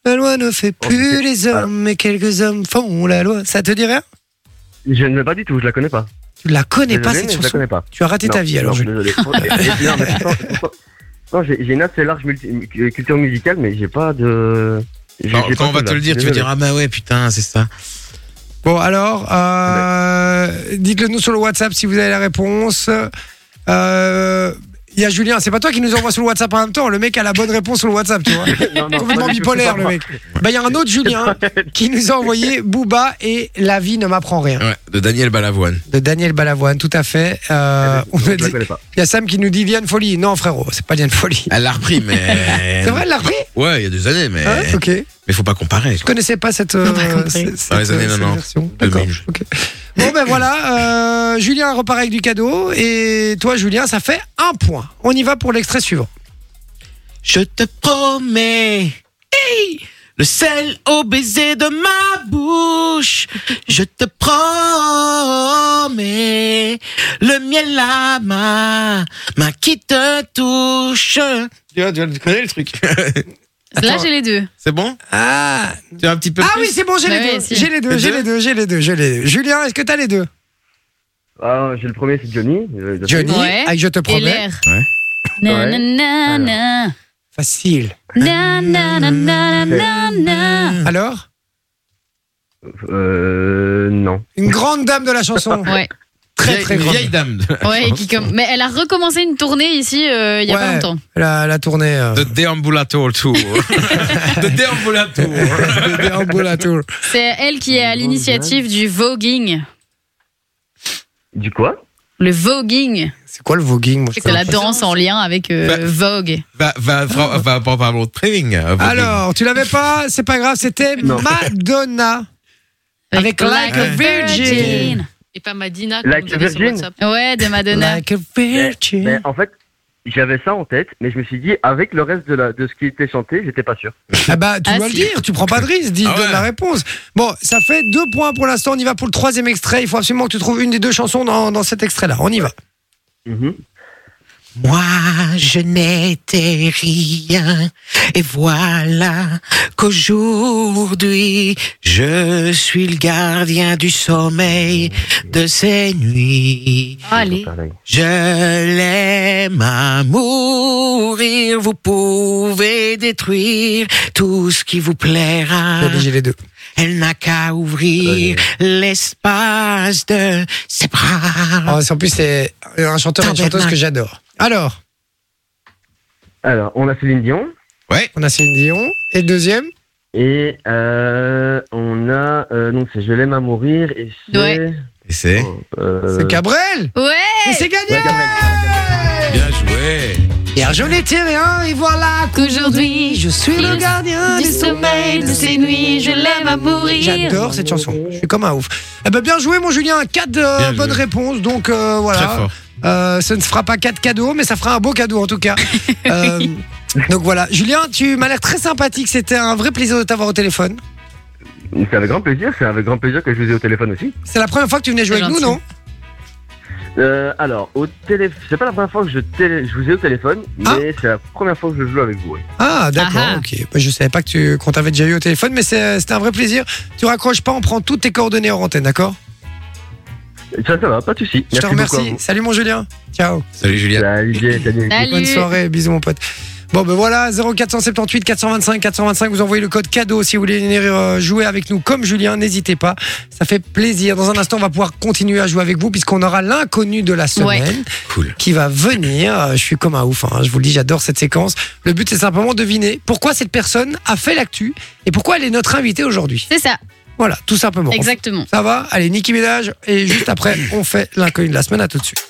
S1: La loi ne fait plus
S9: Oh,
S1: les hommes, mais quelques hommes font la loi. Ça te dit rien
S9: Je ne l'ai pas du tout, je la connais pas.
S1: Tu la connais
S9: Désolé,
S1: pas cette
S9: mais je la
S1: chanson
S9: connais pas.
S1: Tu as raté
S9: Non,
S1: ta vie alors.
S9: non,
S1: Julien. <laughs>
S9: désolé. Et- et- non, mais pourtant- pourtant- Non, j'ai j'ai une assez large multi- culture musicale, mais j'ai pas de. j'ai-
S3: Quand,
S9: j'ai
S3: quand
S9: pas
S3: on va
S9: celle-là.
S3: te le dire, tu vas
S9: Désolé.
S3: dire ah bah ouais putain c'est ça.
S1: Bon alors, euh, dites-le nous sur le WhatsApp si vous avez la réponse. Euh, Il y a Julien, c'est pas toi qui nous envoie sur le WhatsApp en même temps. Le mec a la bonne réponse sur le WhatsApp, tu vois.
S9: <laughs> Non, non,
S1: Complètement
S9: moi, je-
S1: bipolaire
S9: je-
S1: le mec. Bah il y a un autre
S9: <laughs>
S1: Julien qui nous a envoyé Booba et La vie ne m'apprend rien.
S3: Ouais, de Daniel Balavoine.
S1: de Daniel Balavoine, tout à fait. Euh,
S9: Non,
S1: on
S9: Eh ben, je
S1: me
S9: la
S1: dit-
S9: connais pas.
S1: Il y a Sam qui nous dit Vienne Folie. Non, frérot, c'est pas Vienne Folie.
S3: Elle l'a repris mais. <laughs>
S1: C'est vrai, elle l'a repris
S3: Ouais, il y a des années mais
S1: Hein Ok. Je
S3: mais faut pas comparer. quoi.
S1: connaissais pas cette, euh,
S2: pas compris.
S1: cette-
S3: Dans les
S1: cette,
S3: années
S1: euh, cette
S3: 90,
S1: version. D'accord.
S3: 2000.
S1: ok. Bon, ben voilà, euh, Julien repart avec du cadeau. Et toi, Julien, ça fait un point. On y va pour l'extrait suivant.
S3: Je te promets. hey, le sel au baiser de ma bouche, je te promets, le miel à ma main qui te touche. Tu vois, tu vois, tu connais le truc.
S2: Là,
S1: Attends.
S2: j'ai les deux.
S3: <laughs> c'est bon
S1: Ah,
S3: Tu as un petit peu
S1: ah
S3: plus
S1: oui, c'est bon, j'ai
S2: Bah
S1: les,
S2: oui,
S1: deux.
S2: si.
S1: J'ai les deux.
S3: Les
S1: J'ai
S3: deux
S1: les deux, j'ai les deux, j'ai les deux. Julien, est-ce que t'as les deux
S9: Ah, j'ai le premier, c'est Johnny. euh, de-
S1: Johnny,
S2: Ouais.
S1: ah, je te
S2: Et
S1: promets.
S2: l'air.
S3: Ouais.
S2: Na, na, na, na.
S1: Facile.
S2: Na, na, na, na,
S1: <laughs>
S2: na, na, na.
S1: Alors
S9: Euh, non.
S1: Une grande dame de la chanson.
S2: <laughs> Ouais,
S1: Très,
S3: Vieille-
S1: très grande.
S3: vieille dame de,
S2: ouais, qui comme... Mais elle a recommencé une tournée ici euh, il y a
S1: Ouais.
S2: pas longtemps.
S1: La, la tournée. euh, <laughs>
S3: de Deambulator <laughs> Tour. de Deambulator.
S1: Le déambulateur.
S2: C'est elle qui est à l'initiative du voguing.
S9: Du quoi
S2: Le voguing,
S1: C'est quoi le voguing moi, je
S2: c'est la
S1: connais
S2: danse en lien avec euh,
S3: Bah.
S2: Vogue.
S3: Va, va, va, va, va, va, va, training.
S1: pas. Alors, tu l'avais pas C'est pas grave, c'était
S9: Non.
S1: Madonna. Avec Like a Virgin.
S4: Et pas Madina,
S9: Like
S4: comme vous avez sur
S9: Virgin
S4: WhatsApp.
S2: Ouais, de Madonna.
S1: Like a virgin.
S9: Mais Ben, en fait, j'avais ça en tête, mais je me suis dit, avec le reste de, la, de ce qui était chanté, j'étais pas sûr.
S1: Ah bah, tu
S2: Ah,
S1: dois le
S2: si.
S1: dire, tu prends pas de risque, dis
S3: Ah ouais.
S1: donne la réponse. Bon, ça fait deux points pour l'instant, on y va pour le troisième extrait. Il faut absolument que tu trouves une des deux chansons dans, dans cet extrait-là. On y va.
S9: Mhm.
S10: Moi, Ah, je n'étais rien, et voilà qu'aujourd'hui, je suis le gardien du sommeil de ces nuits.
S4: Ah,
S2: Allez.
S9: Pareil.
S10: Je l'aime à mourir, vous pouvez détruire tout ce qui vous plaira.
S1: J'ai obligé les deux.
S10: Elle n'a qu'à ouvrir l'espace de ses bras.
S1: Ah, c'est- en plus, c'est un chanteur et une chanteuse que j'adore. Alors,
S9: Alors, on a Céline Dion.
S1: on a Céline Dion. Et le deuxième
S9: Et euh, on a. euh, donc, c'est Je l'aime à mourir. Et c'est.
S2: Ouais.
S3: Et c'est
S9: euh,
S1: C'est Cabrel
S2: Ouais.
S1: Et c'est gagné
S9: ouais, Cabrel.
S3: bien joué.
S1: Hier, je n'étais rien, et voilà qu'aujourd'hui, je suis le gardien du sommeil de ces nuits.
S2: je l'aime à mourir.
S1: J'adore cette chanson, je suis comme un ouf. Eh ben, bien joué, mon Julien, 4
S3: Bien joué.
S1: bonnes réponses, donc euh, voilà.
S3: Très fort.
S1: Euh, ce ne fera pas quatre cadeaux, mais ça fera un beau cadeau en tout
S2: <laughs>
S1: cas. Euh, donc voilà, Julien, tu m'as l'air très sympathique. C'était un vrai plaisir de t'avoir au téléphone.
S9: C'est avec grand plaisir, c'est avec grand plaisir que je vous ai au téléphone aussi.
S1: C'est la première fois que tu venais jouer
S2: C'est
S1: avec nous,
S2: gentil.
S1: non
S9: Euh, alors, au téléphone. C'est pas la première fois que je, télé- je vous ai au téléphone,
S1: Ah.
S9: mais c'est la première fois que je joue avec vous. ouais.
S1: Ah, d'accord,
S2: Ah ah.
S1: ok. Bah, Je savais pas que tu- qu'on t'avait déjà eu au téléphone, mais c'est- c'était un vrai plaisir. Tu raccroches pas, on prend toutes tes coordonnées en antenne, d'accord
S9: Ça, ça va, pas de soucis.
S1: Je te
S9: Merci
S1: remercie. Salut mon Julien. Ciao.
S3: Salut Julien.
S9: beaucoup à vous. Salut, salut.
S2: Salut.
S1: Bonne soirée, bisous mon pote. Bon ben voilà, 0478 425 425, vous envoyez le code cadeau si vous voulez venir euh, jouer avec nous comme Julien, n'hésitez pas, ça fait plaisir. Dans un instant, on va pouvoir continuer à jouer avec vous puisqu'on aura l'inconnu de la semaine
S2: Ouais.
S3: Cool.
S1: qui va venir. Euh, Je suis comme un ouf, hein, je vous le dis, j'adore cette séquence. Le but c'est simplement de deviner pourquoi cette personne a fait l'actu et pourquoi elle est notre invitée aujourd'hui.
S2: C'est ça,
S1: Voilà, tout simplement.
S2: exactement.
S1: Ça va Allez, Niki Ménage et juste après, on fait l'inconnu de la semaine, à tout de suite.